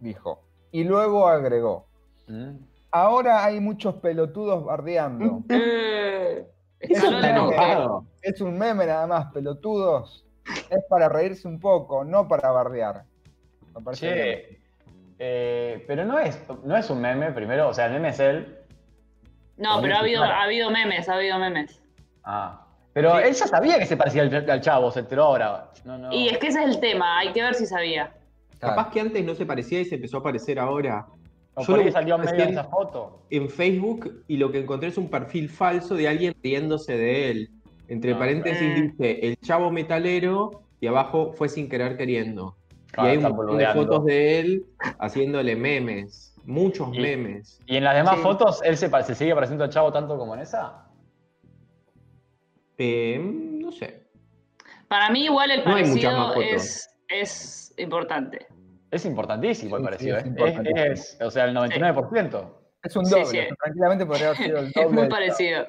B: dijo. Y luego agregó,
E: Mm.
B: ahora hay muchos pelotudos bardeando.
C: Eh,
D: Eso
C: escaló
D: está
C: el
B: no,
C: toque.
D: enojado.
B: Es un meme nada más, pelotudos. Es para reírse un poco, no para bardear. Me parece bien.
E: Che, eh, pero no es, no es un meme, primero. O sea, el meme es él.
C: No, pero ha habido, ha habido memes, ha habido memes.
E: Ah. Pero él ya sabía que se parecía al, al chavo, se enteró ahora. No, no.
C: Y es que ese es el tema, hay que ver si sabía.
E: eh,
B: Claro.
D: Capaz que antes no se parecía y se empezó a parecer ahora.
E: O
D: Yo
E: por
D: lo
E: ahí salió en
D: busqué
E: medio de
D: recién.
E: esa foto.
D: En Facebook y lo que encontré es un perfil falso de alguien riéndose de él. Entre
E: Ah,
D: paréntesis
C: claro.
D: dice, el chavo metalero y abajo fue sin querer queriendo. y hay un
E: Ah, está
D: montón de
E: boludeando.
D: fotos de él haciéndole memes. Muchos
E: Y-
D: memes.
E: ¿Y en las demás
C: Sí.
E: fotos él se, pa- se sigue pareciendo al chavo tanto como en esa?
D: Eh, no sé.
C: Para mí igual el
D: No hay muchas más
C: parecido
D: fotos.
C: es, es importante.
E: Es importantísimo el
B: Sí, sí,
E: parecido.
B: es
E: ¿eh?
B: importantísimo.
E: Es, es- o sea, el 99%.
B: Es un
C: Sí,
B: doble.
C: sí.
B: Tranquilamente podría haber sido el doble.
C: Es muy
B: del-
C: parecido.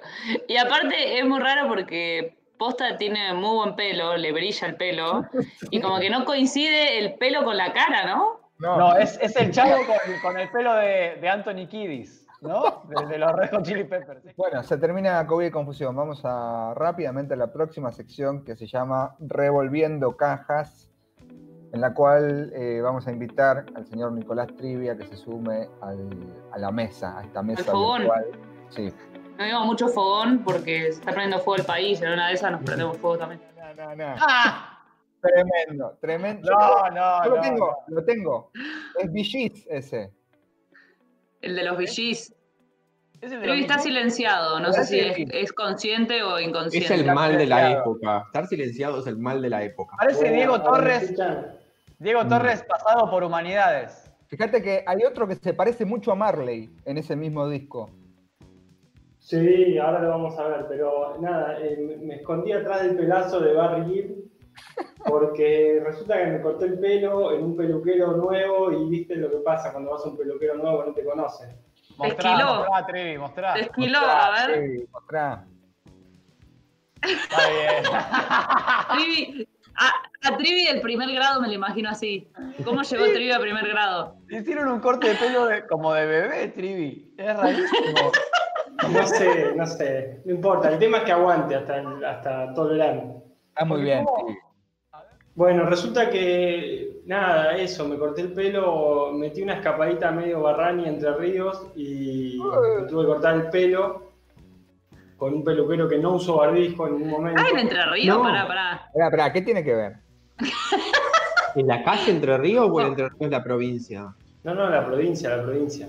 C: Y aparte es muy raro porque Posta tiene muy buen pelo, le brilla el pelo, y como que no coincide el pelo con la cara, ¿no?
B: No,
E: No, es, es el chavo con, con el pelo de, de Anthony Kiddis, ¿no? De, de los Red Hot Chili Peppers.
B: Bueno, se termina COVID y confusión. Vamos a rápidamente a la próxima sección que se llama Revolviendo Cajas, en la cual eh, vamos a invitar al señor Nicolás Trivia que se sume al- a la mesa, a esta mesa
C: fogón.
B: virtual. Sí.
C: No vemos mucho fogón porque se está prendiendo fuego el país, en una de esas nos prendemos fuego también.
B: No, no, no.
E: ¡Ah!
B: Tremendo, tremendo.
E: No, no,
B: Yo
E: Ah,
B: lo
E: no,
B: tengo,
E: no.
B: lo tengo. Es Villis ese.
C: El de los VGs.
E: Es el de
C: Trivi
E: los
C: está
E: Beatles.
C: silenciado, no sé si es,
B: Sí.
C: es consciente o
D: Es
C: inconsciente.
D: el mal de la
E: silenciado.
D: época. Estar silenciado es el mal de la época.
B: Oh,
E: Parece Diego Torres. Diego Torres pasado por humanidades.
B: Fíjate que hay otro que se parece mucho a Marley en ese mismo disco.
F: Sí, ahora lo vamos a ver, pero nada, eh, me- me escondí atrás del pelazo de Barry Gibb porque resulta que me corté el pelo en un peluquero nuevo y viste lo que pasa cuando vas a un peluquero nuevo no te conoce.
E: Mostrá,
C: Esquiló.
E: mostrá, Trevi, mostrá.
C: Esquiló, a ver.
B: Sí, mostrá.
E: Está bien.
C: Trivi- a, a Trivi del primer grado me lo imagino así. ¿Cómo llegó Trivi a primer grado?
E: Hicieron un corte de pelo de- como de bebé, Trivi. Es rarísimo.
F: No sé, no sé, no importa, el tema es que aguante hasta, el- hasta todo el verano.
B: Está muy bien. sí.
F: Bueno, resulta que, nada, eso, me corté el pelo, metí una escapadita medio barrani entre ríos y me tuve que cortar el pelo con un peluquero que no usó barbijo en ningún momento.
C: Ah, en Entre Ríos,
D: No.
C: pará, pará.
B: Esperá, esperá, ¿qué tiene que ver?
D: ¿En la calle Entre Ríos o en Entre Ríos la provincia?
F: No, no, la provincia, la provincia.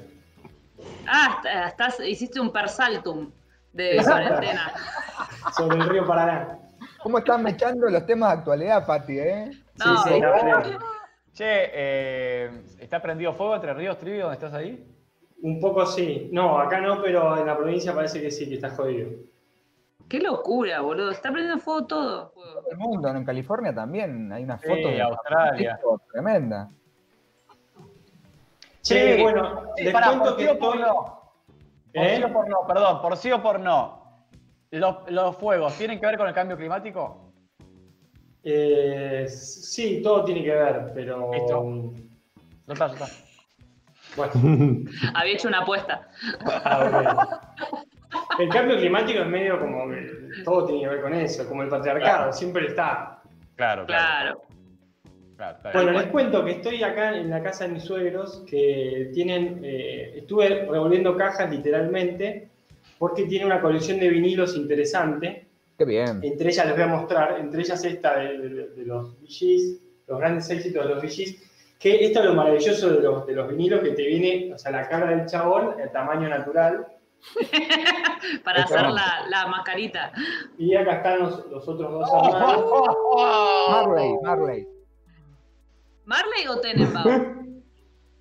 C: Ah, está- estás, hiciste un persaltum de cuarentena.
F: Sobre el río Paraná.
B: ¿Cómo están mechando los temas de actualidad, Pati? Eh?
F: Sí,
C: No.
F: sí, está bien.
E: Che, eh, ¿está prendido fuego entre ríos, Trivi, donde estás ahí?
F: Un poco sí. No, acá no, pero en la provincia parece que sí, que está jodido.
C: Qué locura, boludo. Está prendiendo fuego todo.
B: Todo el mundo, en California también hay unas
E: Sí,
B: fotos de
E: Australia.
B: Francisco, tremenda.
F: Che,
E: Sí.
F: bueno,
E: Sí,
F: les
E: pará,
F: cuento
E: por
F: que
E: sí o por
F: estoy-
E: no. Por
F: ¿Eh?
E: sí o por no, perdón, por sí o por no. Los, los fuegos, ¿tienen que ver con el cambio climático?
F: Eh, sí, todo tiene que ver, pero. mm,
E: Listo. Ya está, ya está.
F: Bueno,
C: Había hecho una apuesta.
F: ah, ok. El cambio climático es medio como que todo tiene que ver con eso, como el patriarcado, siempre está.
E: Claro, claro.
C: Claro.
E: claro, está bien.
F: Bueno, les cuento que estoy acá en la casa de mis suegros que tienen. eh, estuve revolviendo cajas literalmente porque tiene una colección de vinilos interesante.
B: Qué bien.
F: Entre ellas les voy a mostrar, entre ellas esta de, de- de los VGs, los grandes éxitos de los VGs, que esto es lo maravilloso de los, de los vinilos, que te viene, o sea, la cara del chabón, el tamaño natural,
C: Para
B: Está
C: hacer
B: bien.
C: la, la mascarita.
F: y acá están los, los otros dos
B: Oh.
F: hermanos.
B: Marley, Marley.
C: ¿Marley o Tenenbaum?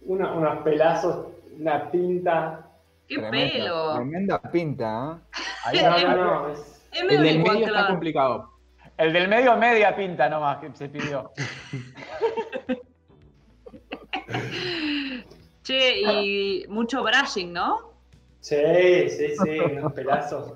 F: Una- unos pelazos, una tinta.
C: ¡Qué
B: Tremenda,
C: pelo!
B: Tremenda pinta, ¿eh?
E: Ahí
F: No,
E: va.
F: no, no, es-
C: Es
D: El
C: medio
D: del
C: licuado,
D: medio está
C: claro.
D: complicado.
E: El del medio media pinta nomás que se pidió.
C: Che, y mucho brushing, ¿no?
F: sí, sí, sí, unos pelazos.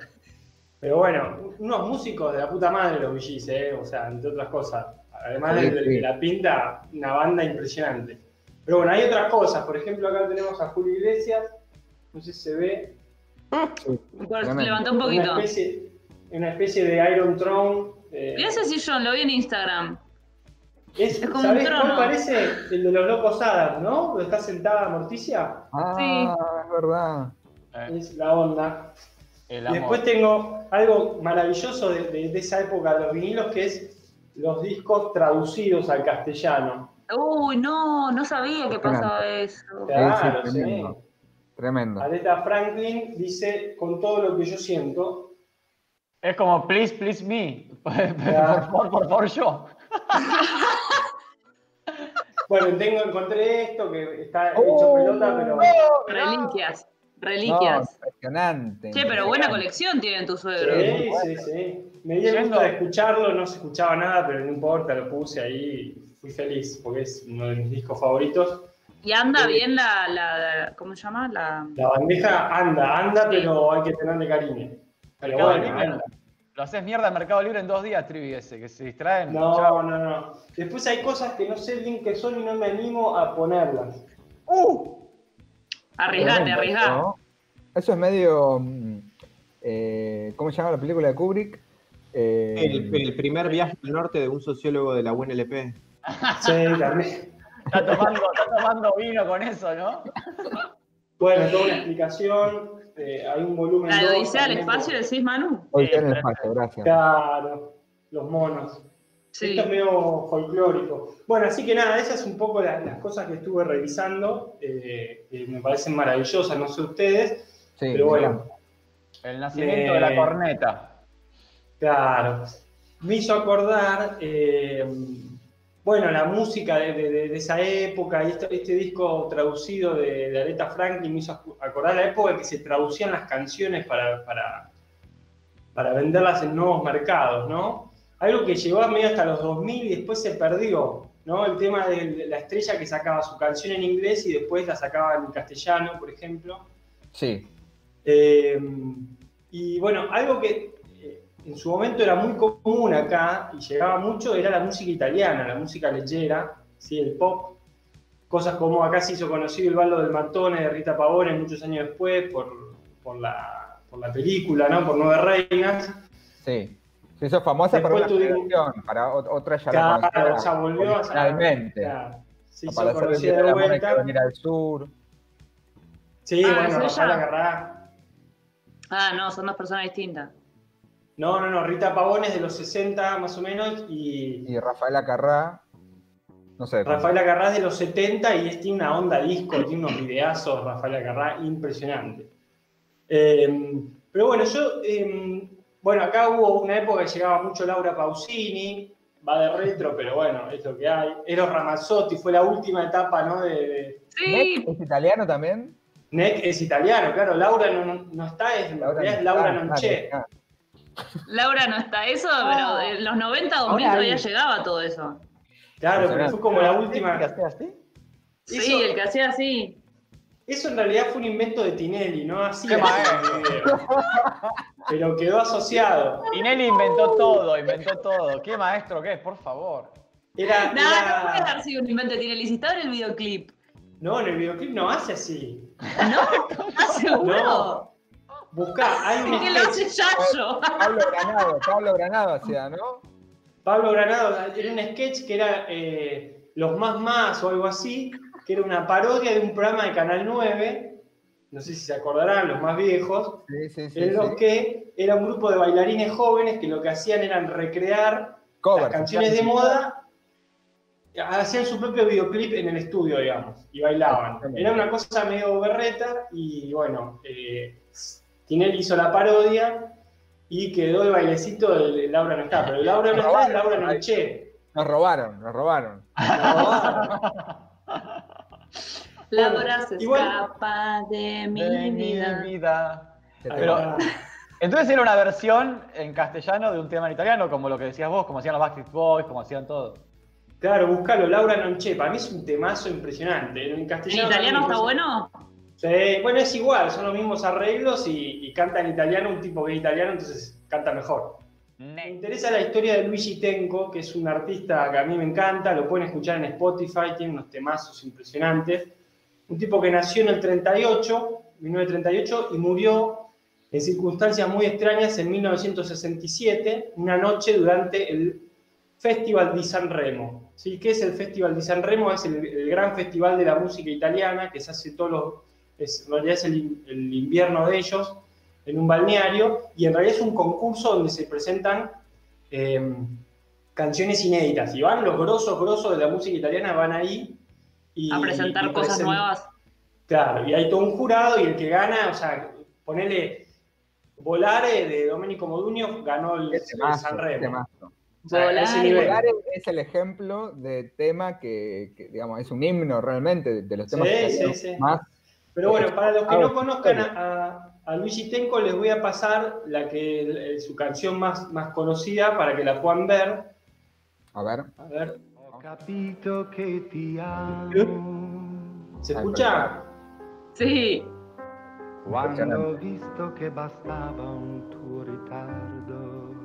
F: Pero bueno, unos músicos de la puta madre los VGs, eh, o sea, entre otras cosas. Además
B: Sí,
F: de, de-
B: sí.
F: de la pinta, una banda impresionante. Pero bueno, hay otras cosas. Por ejemplo, acá tenemos a Julio Iglesias. No sé si se ve.
C: Por-
B: Tremendo.
C: Levantó un poquito.
F: Una especie, una especie de Iron Throne. eh,
C: Mirá ese sillón, lo vi en Instagram.
F: es,
C: es como un
F: ¿Sabés
C: trono.
F: cuál parece? El de los locos Adams, ¿no? Donde está sentada Morticia.
B: Ah,
C: Sí.
B: es verdad.
E: Eh,
F: Es la onda.
E: el
F: Y
E: amor.
F: después tengo algo maravilloso de, de- de esa época de los vinilos, que es los discos traducidos al castellano.
C: Uy, no, no sabía que pasaba eso.
F: Claro,
B: sí,
F: sí.
B: tremendo. Tremendo.
F: Aretha Franklin dice, con todo lo que yo siento,
E: Es como please, please me. por
F: Claro.
E: favor, por favor, yo.
F: bueno, tengo, encontré esto que está
B: Oh,
F: hecho pelota, pero
C: Reliquias,
B: No, eh,
C: reliquias.
B: impresionante.
C: che, pero buena colección tienen tus suegros.
F: sí, sí, sí. Me di el gusto de escucharlo, no se escuchaba nada, pero no importa, lo puse ahí, fui feliz, porque es uno de mis discos favoritos.
C: Y anda
F: Sí.
C: bien la, la, la- ¿Cómo se llama? La.
F: La bandeja anda, anda,
C: Sí.
F: pero hay que tenerle cariño. Pero
E: Mercado
F: bueno, eh.
E: Libre.
F: anda.
E: Lo haces mierda en Mercado Libre en dos días, Trivi ese, que se distraen.
F: No,
E: Chao.
F: no, no. Después hay cosas que no sé bien qué son y no me animo a ponerlas.
C: Arriesgate,
B: Tremendo,
C: arriesgate.
B: ¿no? Eso es medio. mm, eh, ¿Cómo se llama la película de Kubrick? Eh,
D: El, el primer viaje al norte de un sociólogo de la UNLP.
F: Sí, también.
E: Está tomando, está tomando vino con eso, ¿no?
F: Bueno, toda una explicación. eh, hay un volumen.
C: La de
F: dos
C: Odisea al
F: también,
C: espacio, decís, Manu.
B: Hoy está en el
E: Sí,
B: espacio, gracias.
F: Claro, los monos.
C: Sí.
F: Esto es medio folclórico. Bueno, así que nada, esas son un poco la- las cosas que estuve revisando, eh, que me parecen maravillosas, no sé ustedes,
B: Sí,
F: pero bueno.
B: mirá.
E: El nacimiento de la
F: Eh.
E: corneta.
F: Claro. Me hizo acordar, eh, bueno, la música de, de- de- de esa época y este, este disco traducido de, de Aretha Franklin me hizo acu- acordar la época en que se traducían las canciones para, para, para venderlas en nuevos mercados, ¿no? Algo que llegó a medio hasta los 2000 y después se perdió, ¿no? El tema de de la estrella que sacaba su canción en inglés y después la sacaba en castellano, por ejemplo.
B: Sí,
F: Eh, y bueno, algo que eh, en su momento era muy común acá y llegaba mucho era la música italiana, la música lechera, ¿sí? el pop. Cosas como acá se hizo conocido el baldo del Matone de Rita Pavone muchos años después por, por, la, por la película, ¿no? por Nueve Reinas.
B: sí. Se hizo famosa
F: Después
B: para una
F: tuvimos-
B: generación, para ot- otra ya la
F: Claro,
B: conocía
F: ya volvió a
B: Realmente.
F: claro, se hizo
B: Para hacer el
F: conocida
B: día de
F: de
B: la mujer que
F: vuelta.
B: venir al sur.
F: Sí,
C: Ah,
F: bueno,
C: ¿es
F: ya la
C: ella?
F: agarrá.
C: Ah, no, son dos personas distintas.
F: No, no, no, Rita Pavone es de los 60 más o menos y
B: Y Rafaela Carrá. No sé.
F: Rafael Acarrá es de los 70 y es- tiene una onda disco, tiene unos videazos, Rafael Acarrá, impresionante. Eh, pero bueno, yo, eh, bueno, acá hubo una época que llegaba mucho Laura Pausini, va de retro, pero bueno, es lo que hay. Eros Ramazzotti fue la última etapa, ¿no? De, de-
C: Sí,
B: ¿Nick ¿Es italiano también?
F: Neck es italiano, claro, Laura no, no está, es, en realidad es Laura
B: no
F: Nonché.
C: Laura no está eso,
B: Ah.
C: pero en los 90, 2000
D: Ahora
C: todavía
D: hay.
C: llegaba todo eso.
F: Claro, pero fue como la última.
C: Sí,
F: Eso-
C: el que hacía así.
F: Eso en realidad fue un invento de Tinelli, no así.
E: Qué
F: era
E: maestro.
F: el video. Pero quedó asociado.
E: Tinelli inventó todo, inventó todo. ¿Qué maestro que es? Por favor.
F: Era,
C: No,
F: era-
C: no puede haber sido un invento de Tinelli. Si estaba en el videoclip.
F: No, en el videoclip no hace así.
C: No, ¿estás seguro?
F: No. Buscá, hay un
C: ¿Qué lo hace
F: sketch.
C: Yayo?
B: Pablo Granado, Pablo Granado hacía, ¿no?
F: Pablo Granado era un sketch que era eh, Los Más Más o algo así, que era una parodia de un programa de Canal 9. No sé si se acordarán, los más viejos.
B: Sí, sí, sí.
F: en los
B: sí.
F: que era un grupo de bailarines jóvenes que lo que hacían eran recrear
B: Covers,
F: las canciones de
B: hacían-
F: moda, hacían su propio videoclip en el estudio, digamos, y bailaban. Era una cosa medio berreta y bueno, eh, Tinelli hizo la parodia y quedó el bailecito de Laura no está, pero Laura no está, es Laura no che.
B: Nos robaron, nos robaron.
F: No,
C: La hora se
F: Igual-
C: escapa de mi
E: De
C: vida.
E: vida.
B: Se
F: Ah,
B: te-
E: Pero- Entonces era una versión en castellano de un tema en italiano, como lo que decías vos, como hacían los Backstreet Boys, como hacían todo.
F: Claro, buscalo, Laura Nonche. Para mí es un temazo impresionante. En
C: ¿En
F: castellano.
C: italiano está
F: no-
C: bueno?
F: Sí, bueno, es igual, son los mismos arreglos y, y canta en italiano un tipo que es italiano, entonces canta mejor. Me interesa la historia de Luigi Tenco, que es un artista que a mí me encanta, lo pueden escuchar en Spotify, tiene unos temazos impresionantes. Un tipo que nació en el 38, 1938, y murió en circunstancias muy extrañas en 1967, una noche durante el Festival di Sanremo. ¿Sí? ¿Qué es el Festival di Sanremo? Es el, el gran festival de la música italiana que se hace todos los. es- en realidad es el, in- el invierno de ellos, en un balneario, y en realidad es un concurso donde se presentan eh, canciones inéditas. Y van los grosos, grosos de la música italiana, van ahí. Y,
C: A presentar
F: y
C: cosas
F: presen-
C: nuevas.
F: Claro, y hay todo un jurado y el que gana, o sea, ponele Volare de Domenico Modugno ganó el,
B: Qué
F: el
B: este temazo, qué
F: Sanremo.
B: temazo.
F: O sea, a ese
C: Volare.
F: nivel.
B: Volare es el ejemplo de tema que, que, digamos, es un himno realmente de, de los
F: Sí,
B: temas
F: sí,
B: italianos
F: sí.
B: más.
F: Pero bueno, para los que
B: Ah,
F: no conozcan a, a- a Luigi Tenco, les voy a pasar la que, el- su canción más, más conocida para que la puedan ver.
B: A ver,
F: A ver,
G: Ho capito che ti amo.
F: ¿se escucha?
C: Sí.
G: Quando ho visto che bastava un tuo ritardo.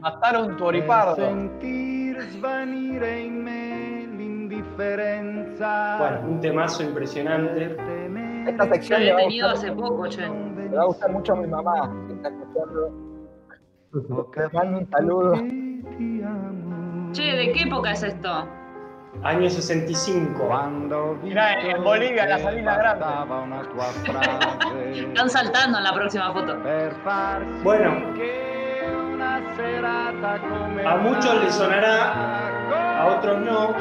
E: Mataron tu
G: Per
E: oripardo.
G: sentir svanire in me
F: Bueno,
G: l'indifferenza.
F: un temazo impresionante.
B: Esta sección le
C: Yo
B: va,
C: había
B: a
C: tenido
B: gustar,
C: hace poco, che.
B: le va a gustar mucho a mi mamá. que está escuchando.
G: Ho
B: Te mando un
G: capito
B: saludo.
G: che ti amo.
C: Che, ¿de qué época es esto?
F: Año 65.
G: Quando ho visto
E: Mirá, in Bolivia,
G: che
E: la Salina Grande.
G: bastava una tua frase.
C: Están saltando en la próxima foto.
G: per farsi
F: Bueno.
G: che una serata come
F: A muchos les
G: sonará,
F: A otros no.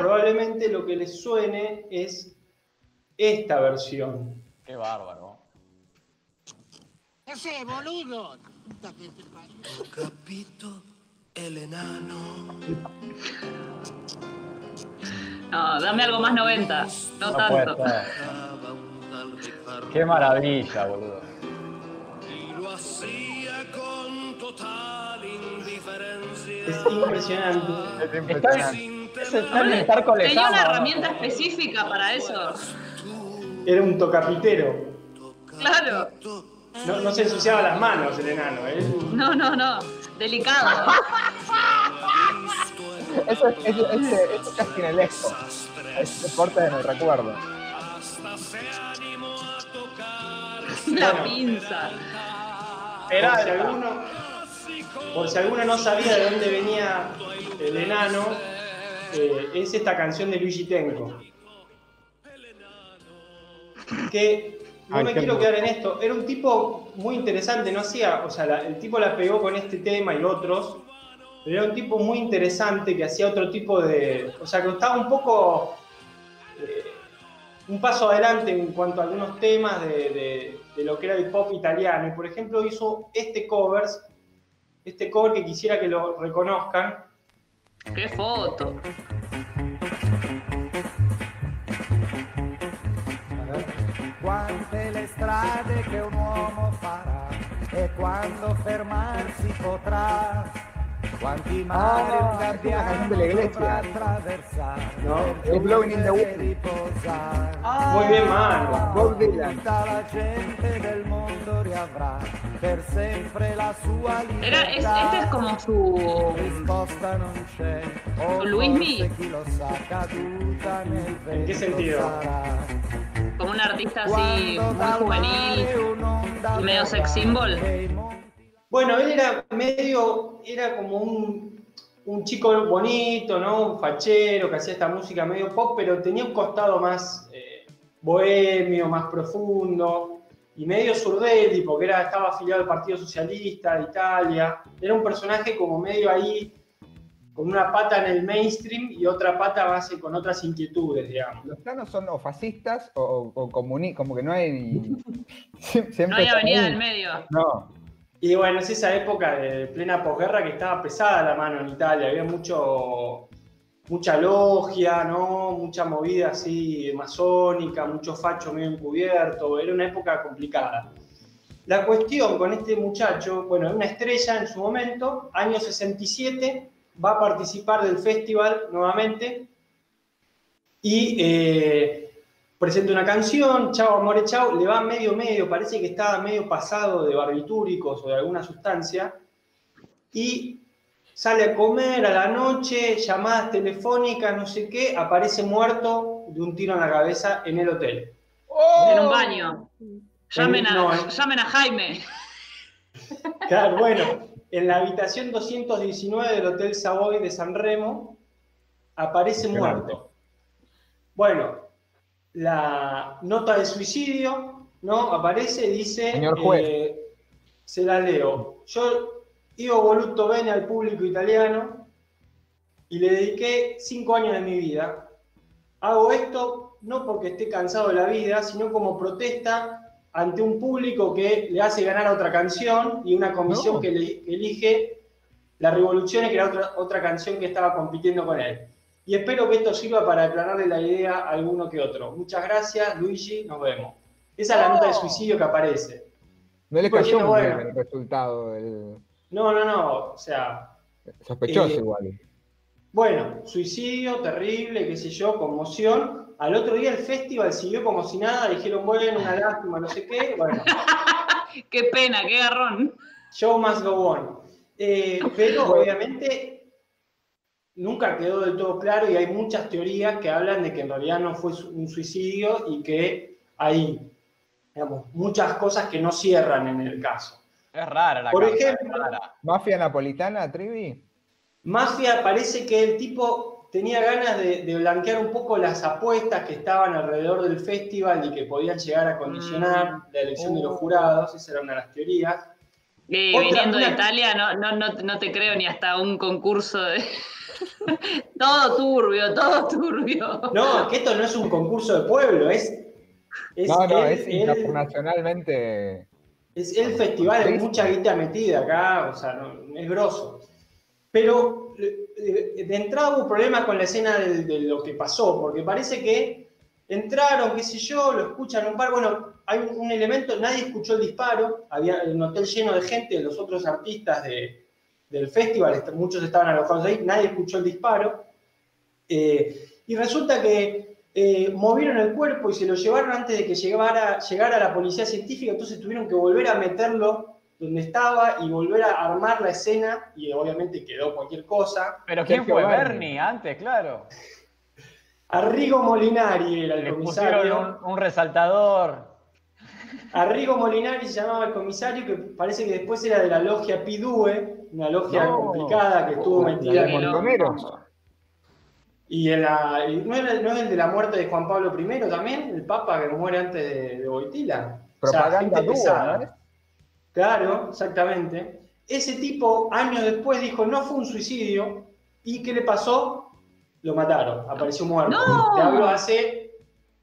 F: Probablemente lo que les suene es esta versión.
E: Qué bárbaro.
H: Capito el enano.
C: No, dame algo más 90. No,
E: No puede
C: tanto.
E: ser.
H: Daba un tal Ricardo
E: Qué maravilla, boludo.
H: y lo hacía con total indiferencia.
F: Es impresionante.
E: Está bien. Es el estar con
C: Tenía una herramienta específica para eso.
F: Era un tocapitero.
C: Claro.
F: No, no se ensuciaba las manos el enano, ¿eh?
C: No, no, no. Delicado.
B: Eso es, es, es, es casquinelesco. Es deporte en el recuerdo.
C: La pinza.
F: Por si alguno, por si alguno no sabía de dónde venía el enano, eh, es esta canción de Luigi Tenco. Que no
D: Ay,
F: me
D: qué
F: quiero
D: hermoso.
F: quedar en esto. Era un tipo muy interesante, no hacía, o sea, la- el tipo la pegó con este tema y otros. Pero era un tipo muy interesante que hacía otro tipo de. O sea, que estaba un poco. eh, un paso adelante en cuanto a algunos temas de, de- de lo que era el pop italiano. Y por ejemplo, hizo este cover, este cover que quisiera que lo reconozcan.
C: Qué foto.
G: quante le strade che un uomo farà E quando fermarsi potrà, quanti mari
B: Ah,
G: un
B: è una
G: gabbiano
B: canzone delle Iglesias.
G: dovrà attraversare.
F: No.
G: E
B: È
G: un
B: Blowing in the
G: deve
B: Wind.
G: riposare.
F: Muy bien, Mango.
B: Bob Dylan.
G: Tutta la gente del mondo riavrà per sempre la sua libertà.
C: Era, es- este es como su.
G: Risposta non c'è. O
C: Luismi.
G: forse Chi lo sa, caduta nel vento
F: che sentido?
G: sarà.
C: como un artista así
G: Quando
C: muy
G: dal
C: juvenil.
G: mare un'onda
C: medio
G: verrà
C: sex symbol.
G: che i monti
F: Bueno, él era medio, era como un, un chico bonito, ¿no? Un fachero que hacía esta música medio pop, pero tenía un costado más eh, bohemio, más profundo y medio surdelli, porque era, estaba afiliado al Partido Socialista de Italia. Era un personaje como medio ahí, con una pata en el mainstream y otra pata más con otras inquietudes, digamos.
B: Los planos son o fascistas o, o, o comuni- como que no hay. Sie- Siempre
C: No hay
B: está
C: avenida
B: ahí.
C: del medio.
B: No,
F: Y bueno, es esa época de plena posguerra que estaba pesada la mano en Italia, había mucho, mucha logia, ¿no? Mucha movida así masónica, mucho facho medio encubierto, era una época complicada. La cuestión con este muchacho, bueno, es una estrella en su momento, año 67, va a participar del festival nuevamente y eh, presenta una canción, Chao Amore Chao, le va medio medio, parece que estaba medio pasado de barbitúricos o de alguna sustancia, y sale a comer a la noche, llamadas telefónicas, no sé qué, aparece muerto de un tiro en la cabeza en el hotel.
C: En un baño. Llamen a,
F: No, eh.
C: llamen a Jaime.
F: Claro, bueno, en la habitación 219 del Hotel Savoy de San Remo aparece muerto. Bueno, la nota de suicidio, ¿no? Aparece y dice...
B: Señor juez.
F: eh, se la leo. Yo, Ivo Voluto Bene al público italiano y le dediqué cinco años de mi vida. Hago esto no porque esté cansado de la vida, sino como protesta ante un público que le hace ganar otra canción y una comisión
B: No.
F: que, le- que elige la revolución que era otra, otra canción que estaba compitiendo con él. Y espero que esto sirva para aclararle la idea a alguno que otro. Muchas gracias, Luigi, nos vemos. Esa es la nota de suicidio que aparece.
B: no le
F: Porque
B: cayó
F: no,
B: muy
F: bueno.
B: bien el resultado. el-
F: No, no, no, o sea,
B: Sospechoso
F: Eh,
B: igual.
F: bueno, suicidio, terrible, qué sé yo, conmoción. Al otro día el festival siguió como si nada, dijeron, bueno, una lástima, no sé qué, bueno,
C: Qué pena, qué garrón.
F: show must go on. Eh, pero obviamente nunca quedó del todo claro y hay muchas teorías que hablan de que en realidad no fue su- un suicidio y que hay, digamos, muchas cosas que no cierran en el caso.
E: Es rara la
F: Por
E: causa, es
F: ejemplo,
E: rara.
B: ¿Mafia napolitana, Trivi?
F: Mafia parece que el tipo tenía ganas de, de blanquear un poco las apuestas que estaban alrededor del festival y que podían llegar a condicionar la elección de los jurados, esa era una de las teorías.
C: Eh,
F: Otra,
C: viniendo de
F: una-
C: Italia, no, no, no, no te creo ni hasta un concurso de. todo turbio, todo turbio.
F: No, que esto no es un concurso de pueblo, es, es
B: No, no,
F: el,
B: es
F: el-
B: internacionalmente.
F: es el festival, hay mucha guita metida acá, o sea, no- es grosso. Pero eh, de entrada hubo problemas con la escena de, de lo que pasó, porque parece que entraron, qué sé yo, lo escuchan un par, bueno, hay un, un elemento, nadie escuchó el disparo, había un hotel lleno de gente, de los otros artistas de- del festival, est- muchos estaban alojados ahí, nadie escuchó el disparo, Eh, y resulta que eh, movieron el cuerpo y se lo llevaron antes de que llegara, llegara la policía científica, entonces tuvieron que volver a meterlo donde estaba y volver a armar la escena, y obviamente quedó cualquier cosa.
E: Pero ¿quién
B: Sergio
E: fue
B: Berni.
E: Bernie antes? Claro.
F: Arrigo Molinari era
E: Le
F: el
E: pusieron
F: comisario.
E: un, un resaltador.
F: Arrigo Molinari se llamaba el comisario, que parece que después era de la logia Pidue, una logia
B: No.
F: complicada que estuvo
B: La-
F: metida
B: la de
C: Qué
F: con-
C: loco.
B: Montoneros.
F: Y en la, y ¿no, era- no es el de la muerte de Juan Pablo I también? El Papa que muere antes de, de Boitila. O sea,
B: Propaganda
F: gente pesada.
B: dura, ¿no?
F: Claro, exactamente. Ese tipo, años después, dijo no fue un suicidio. ¿Y qué le pasó? Lo mataron, apareció muerto.
C: ¡No!
F: Te hablo hace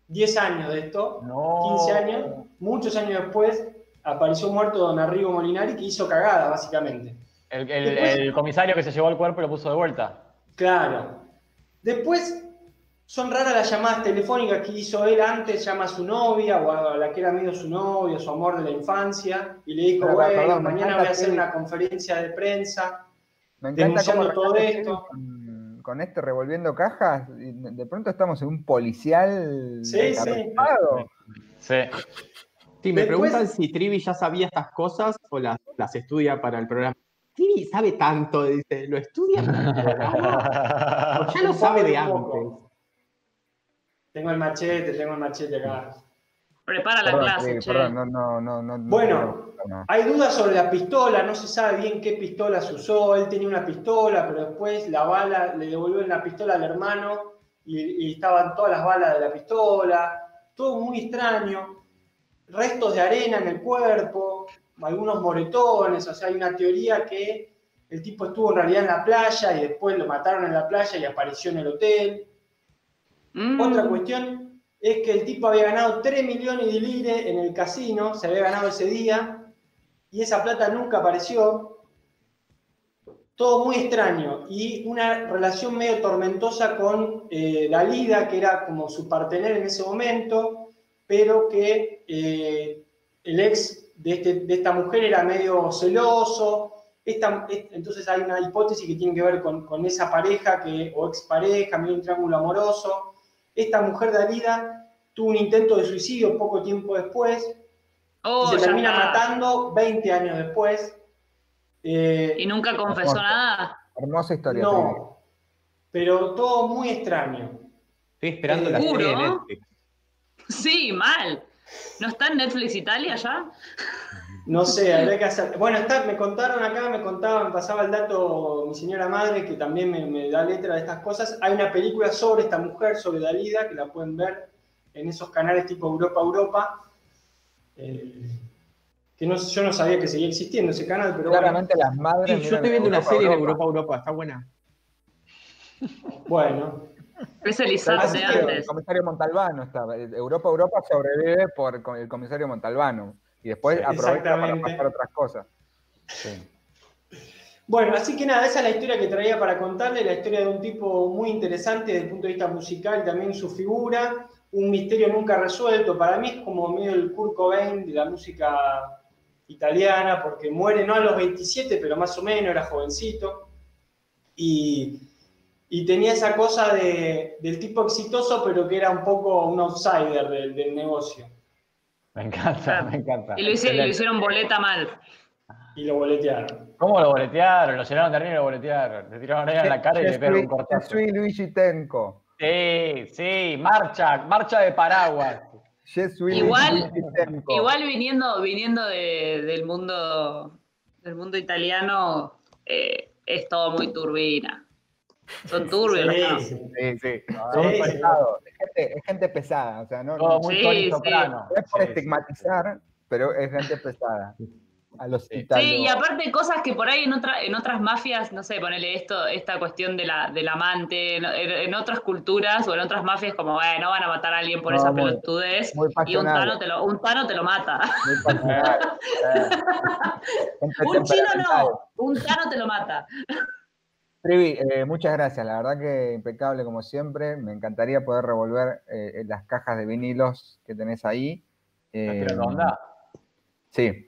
F: 10 años de esto,
E: No.
F: 15 años, muchos años después, apareció muerto don Arrigo Molinari que hizo cagada, básicamente.
E: El, el-
F: Después-
E: el comisario que se llevó el cuerpo y lo puso de vuelta.
F: Claro. Después, Son raras las llamadas telefónicas que hizo él antes, llama a su novia o a la que era medio su novio, su amor de la infancia, y le dijo,
B: Pero,
F: bueno,
B: perdón, me
F: mañana
B: encanta
F: voy a hacer
B: que-
F: una conferencia de prensa.
B: Me encanta cómo
F: Denunciando todo
B: arrancaste
F: esto.
B: Con, con este revolviendo cajas, y de pronto estamos en un policial.
F: Sí, sí.
B: encarnizado.
E: Sí.
D: Sí, me
F: Después-
D: preguntan si Trivi ya sabía estas cosas o las, las estudia para el programa. Trivi sabe tanto, dice, lo estudia para el programa. O ya lo
F: Un
D: sabe
F: poco
D: de
F: y un
D: antes.
F: poco. Tengo el machete, tengo el machete acá.
C: Prepara la
B: Perdón,
C: clase,
B: Rick,
C: che.
B: perdón, no, no, no, no. no
F: Bueno.
B: quiero- no.
F: Hay dudas sobre la pistola, no se sabe bien qué pistola se usó. Él tenía una pistola, pero después la bala le devolvió la pistola al hermano y, y estaban todas las balas de la pistola. Todo muy extraño. Restos de arena en el cuerpo, algunos moretones. O sea, hay una teoría que el tipo estuvo en realidad en la playa y después lo mataron en la playa y apareció en el hotel.
C: Mm.
F: Otra cuestión es que el tipo había ganado 3 millones de lire en el casino, se había ganado ese día, y esa plata nunca apareció. Todo muy extraño y una relación medio tormentosa con eh, la Lida, que era como su partener en ese momento, pero que eh, el ex de, este- de esta mujer era medio celoso. Esta- es- entonces hay una hipótesis que tiene que ver con, con esa pareja que, o expareja, medio un triángulo amoroso. Esta mujer Dalida tuvo un intento de suicidio poco tiempo después
C: Oh,
F: y se
C: ya
F: termina
C: está.
F: matando 20 años después. Eh,
C: Y nunca confesó
B: Ojo.
C: nada.
B: Hermosa historia. Rick.
F: no, pero todo muy extraño.
D: Estoy esperando la
C: Seguro.
D: serie de Netflix.
C: Sí, mal. ¿No está en Netflix Italia ya?
F: No sé, habría que hacer. Bueno, está, me contaron acá, me contaban, pasaba el dato mi señora madre, que también me, me da letra de estas cosas. Hay una película sobre esta mujer, sobre Dalida, que la pueden ver en esos canales tipo Europa Europa. Eh, que no, yo no sabía que seguía existiendo ese canal, pero bueno.
B: Claramente las madres.
D: Sí, yo
B: miran
D: estoy viendo una
B: Europa,
D: serie en
B: Europa.
D: Europa, Europa, está buena.
F: bueno.
C: Es Elizabeth
F: Así
C: de
F: que-
B: Ah, El
C: antes.
B: comisario Montalbano está. Europa, Europa sobrevive por co- el comisario Montalbano. Y después
F: Sí,
B: aprovecha para
F: exactamente.
B: pasar otras cosas.
F: Bueno, así que nada, esa es la historia que traía para contarle, la historia de un tipo muy interesante desde el punto de vista musical, también su figura, un misterio nunca resuelto. Para mí es como medio el Kurt Cobain de la música italiana, porque muere no a los 27, pero más o menos, era jovencito. Y, y tenía esa cosa de- del tipo exitoso, pero que era un poco un outsider del, del negocio.
E: Me encanta, me encanta.
C: Y lo hici- y lo hicieron boleta mal.
F: Y lo boletearon.
E: ¿Cómo lo boletearon? Lo llenaron de arriba y lo boletearon. Le tiraron ahí en la cara y
B: Yo
E: le pegaron un
B: soy-
E: cortazo.
B: yo soy Luigi Tenco.
E: Sí, sí, marcha, marcha de paraguas.
B: Yo soy
C: Igual-
B: Luigi Tenco.
C: Igual viniendo, viniendo de- del mundo del mundo italiano, eh, es todo muy turbina. Son turbios, ¿no?
F: Sí,
B: Sí, sí.
F: sí,
B: Son
F: sí.
B: pesados. Es gente, es gente pesada. O sea, no,
E: Todo
B: no
E: muy
C: Sí,
E: Tony
C: sí.
E: Soprano.
B: es por
E: Sí, sí.
B: estigmatizar, pero es gente pesada. A los
E: Sí,
C: Sí,
B: italianos.
C: y aparte cosas que por ahí en, otra, en otras mafias, no sé, ponele esto, esta cuestión de la, del amante, en, en- en otras culturas o en otras mafias como, eh, no van a matar a alguien por
B: No,
C: esa
B: muy-
C: pelotudez,
B: muy
C: y un
B: pasional.
C: tano, te lo, un tano te lo mata.
B: Muy personal. Eh, gente
C: un chino
B: temperamental.
C: no, un tano te lo mata.
B: Trivi, eh, muchas gracias, la verdad que impecable como siempre. Me encantaría poder revolver eh, las cajas de vinilos que tenés ahí. Eh,
E: Pero no anda.
B: sí.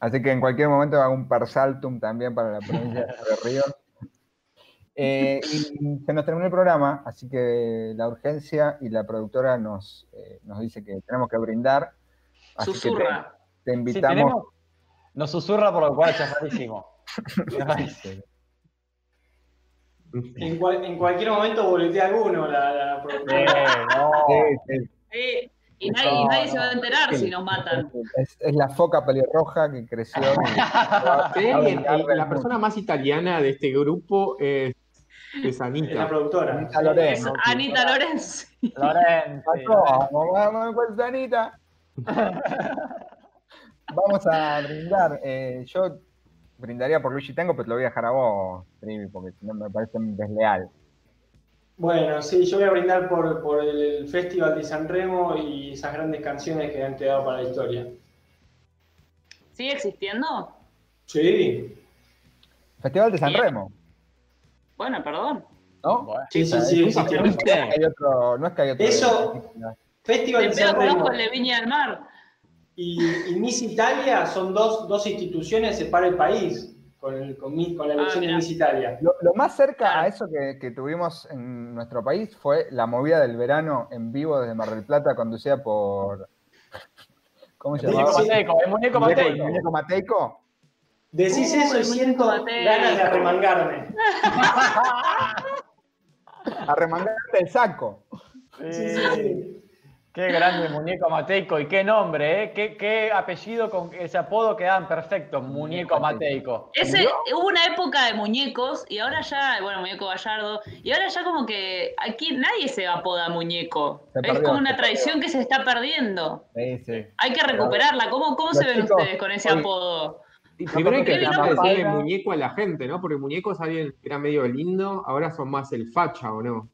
B: Así que en cualquier momento hago un persaltum también para la provincia de Río. y se nos terminó el programa, así que la urgencia y la productora nos, eh, nos dice que tenemos que brindar. Así que te-
C: Susurra.
B: te,
E: Sí,
B: invitamos.
E: tenemos. Nos susurra por lo cual ya es rarísimo. Es rarísimo.
F: En, cual- en cualquier momento boletea alguno la, la
E: Sí,
F: productora.
E: Eh, no.
B: Sí, sí,
C: Sí, y nadie, y
E: No,
C: nadie
E: no.
C: se va a enterar
B: Sí.
C: si nos matan.
B: Es, es la foca pelirroja que creció. en-
D: Pero alguien-
B: Aventar del
D: eh, la persona
B: mundo.
D: más italiana de este grupo es, es
F: Es la
D: Anita.
F: productora.
B: Anita Lorenzo.
C: Es Anita Lorenz.
E: Lorenzi.
B: Vamos, vamos, pues, Guasanita. Vamos a brindar. Eh, yo brindaría por Luigi Tango, pero te lo voy a dejar a vos, Trivi, porque si no me parece desleal.
F: Bueno, sí, yo voy a brindar por, por el Festival de San Remo y esas grandes canciones que han quedado para la historia.
C: ¿Sigue existiendo?
F: Sí,
B: Festival de San Remo.
C: Bueno, perdón.
B: ¿no?
E: Bueno,
F: Sí, sí, sí,
B: ¿eh?
F: existió.
B: No es que hay otro. No es que hay otro
F: Eso- Festival
C: Te
F: de
C: pedo
F: San Remo
C: conozco el de Viña del Mar.
F: y, y Miss Italia son dos, dos instituciones que separa el país con, el- con, mi-
C: Ah,
F: con la elección de
C: mirá.
F: Miss Italia.
B: Lo, lo más cerca
C: Claro.
B: a eso que, que tuvimos en nuestro país fue la movida del verano en vivo desde Mar del Plata, conducida por. ¿Cómo se
E: el muñeco
B: llamaba?
F: Sí,
E: Mateico, el muñeco
B: ¿El
E: Mateico.
B: muñeco Mateico?
F: Decís
C: Uh,
F: eso y
C: el
F: siento
C: muñeco Mateo.
F: ganas de arremangarme.
B: Arremangarte el saco.
F: Sí, sí, sí.
E: Eh, Qué grande el muñeco Mateico y qué nombre, ¿eh? Qué, qué apellido con ese apodo quedan perfectos, muñeco Mateico.
C: Ese, hubo una época de muñecos y ahora ya, bueno, muñeco gallardo, y ahora ya como que aquí nadie se apoda muñeco.
B: Se
C: es
B: perdió,
C: como
B: se
C: una
B: perdió.
C: tradición que se está perdiendo.
B: Sí, sí.
C: Hay que recuperarla. ¿Cómo, cómo
B: Los
C: se ven
B: chicos,
C: ustedes con ese
B: hoy-
C: apodo?
D: Y primero hay que
C: porque
D: dejar de
C: la
D: decirle
E: mafalda-
D: muñeco a la gente, ¿no? Porque muñeco es alguien que era medio lindo, ahora son más el facha, ¿o no?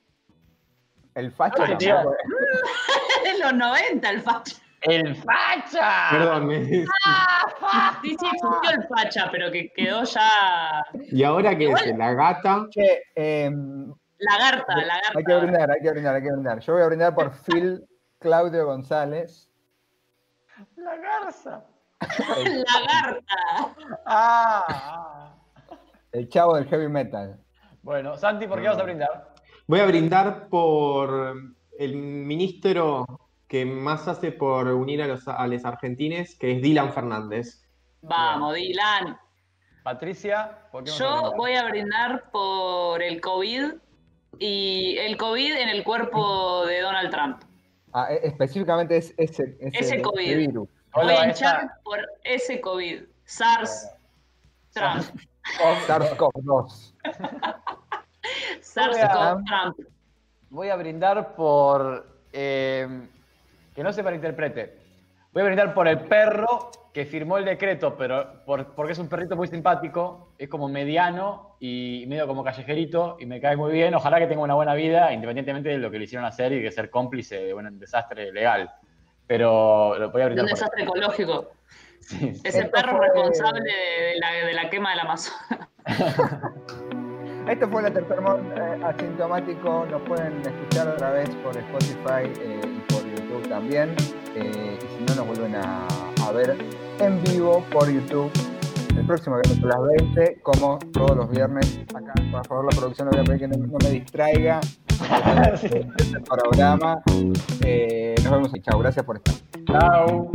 B: El facho.
E: Ay,
B: tampoco
E: tío.
B: es-
C: de los 90 el facha.
E: ¡El facha!
D: Perdón, me-
C: Sí, sí, existió el facha, pero que quedó ya
D: ¿Y ahora qué es? La gata.
B: Che, em,
C: lagarta,
B: hay que
C: lagarta.
B: brindar, hay que brindar, hay que brindar. Yo voy a brindar por Phil Claudio González.
E: ¡La garza!
B: el-
C: Lagarta.
E: Ah,
B: el chavo del heavy metal.
E: ah. Bueno, Santi, ¿por qué vas a brindar?
D: Voy a brindar por el ministro que más hace por unir a los, a los argentines, que es Dylan Fernández.
C: Vamos, Dylan.
E: Patricia, ¿por qué vas
C: Yo
E: brindar?
C: voy a brindar por el COVID y el COVID en el cuerpo de Donald Trump.
B: Ah, e- específicamente es ese, este
C: Ese COVID.
B: virus.
C: Voy
E: Hola,
C: a
E: esa-
C: hinchar por ese COVID. SARS. Trump.
B: SARS-CoV-2.
C: SARS
B: Hola.
C: con Trump.
E: Voy a brindar por. eh, que no se malinterprete. Voy a brindar por el perro que firmó el decreto, pero por- porque es un perrito muy simpático, es como mediano y medio como callejerito y me cae muy bien. Ojalá que tenga una buena vida, independientemente de lo que le hicieron hacer y de ser cómplice de un desastre legal. Pero lo voy a brindar.
C: De un
E: por él.
C: desastre ecológico.
E: Sí, sí.
C: Es el
B: Esto
C: perro
B: fue-
C: responsable de de la, de la quema del Amazonas.
B: Esto fue la Tercermón eh, Asintomático. Nos pueden escuchar otra vez por Spotify eh, y por YouTube también. Eh, y si no, nos vuelven a, a ver en vivo por YouTube el próximo viernes a las 20, como todos los viernes. Acá, por favor, la producción, le voy a pedir que no, no me distraiga. Este programa. Eh, nos vemos y chao. Gracias por estar.
E: Chau.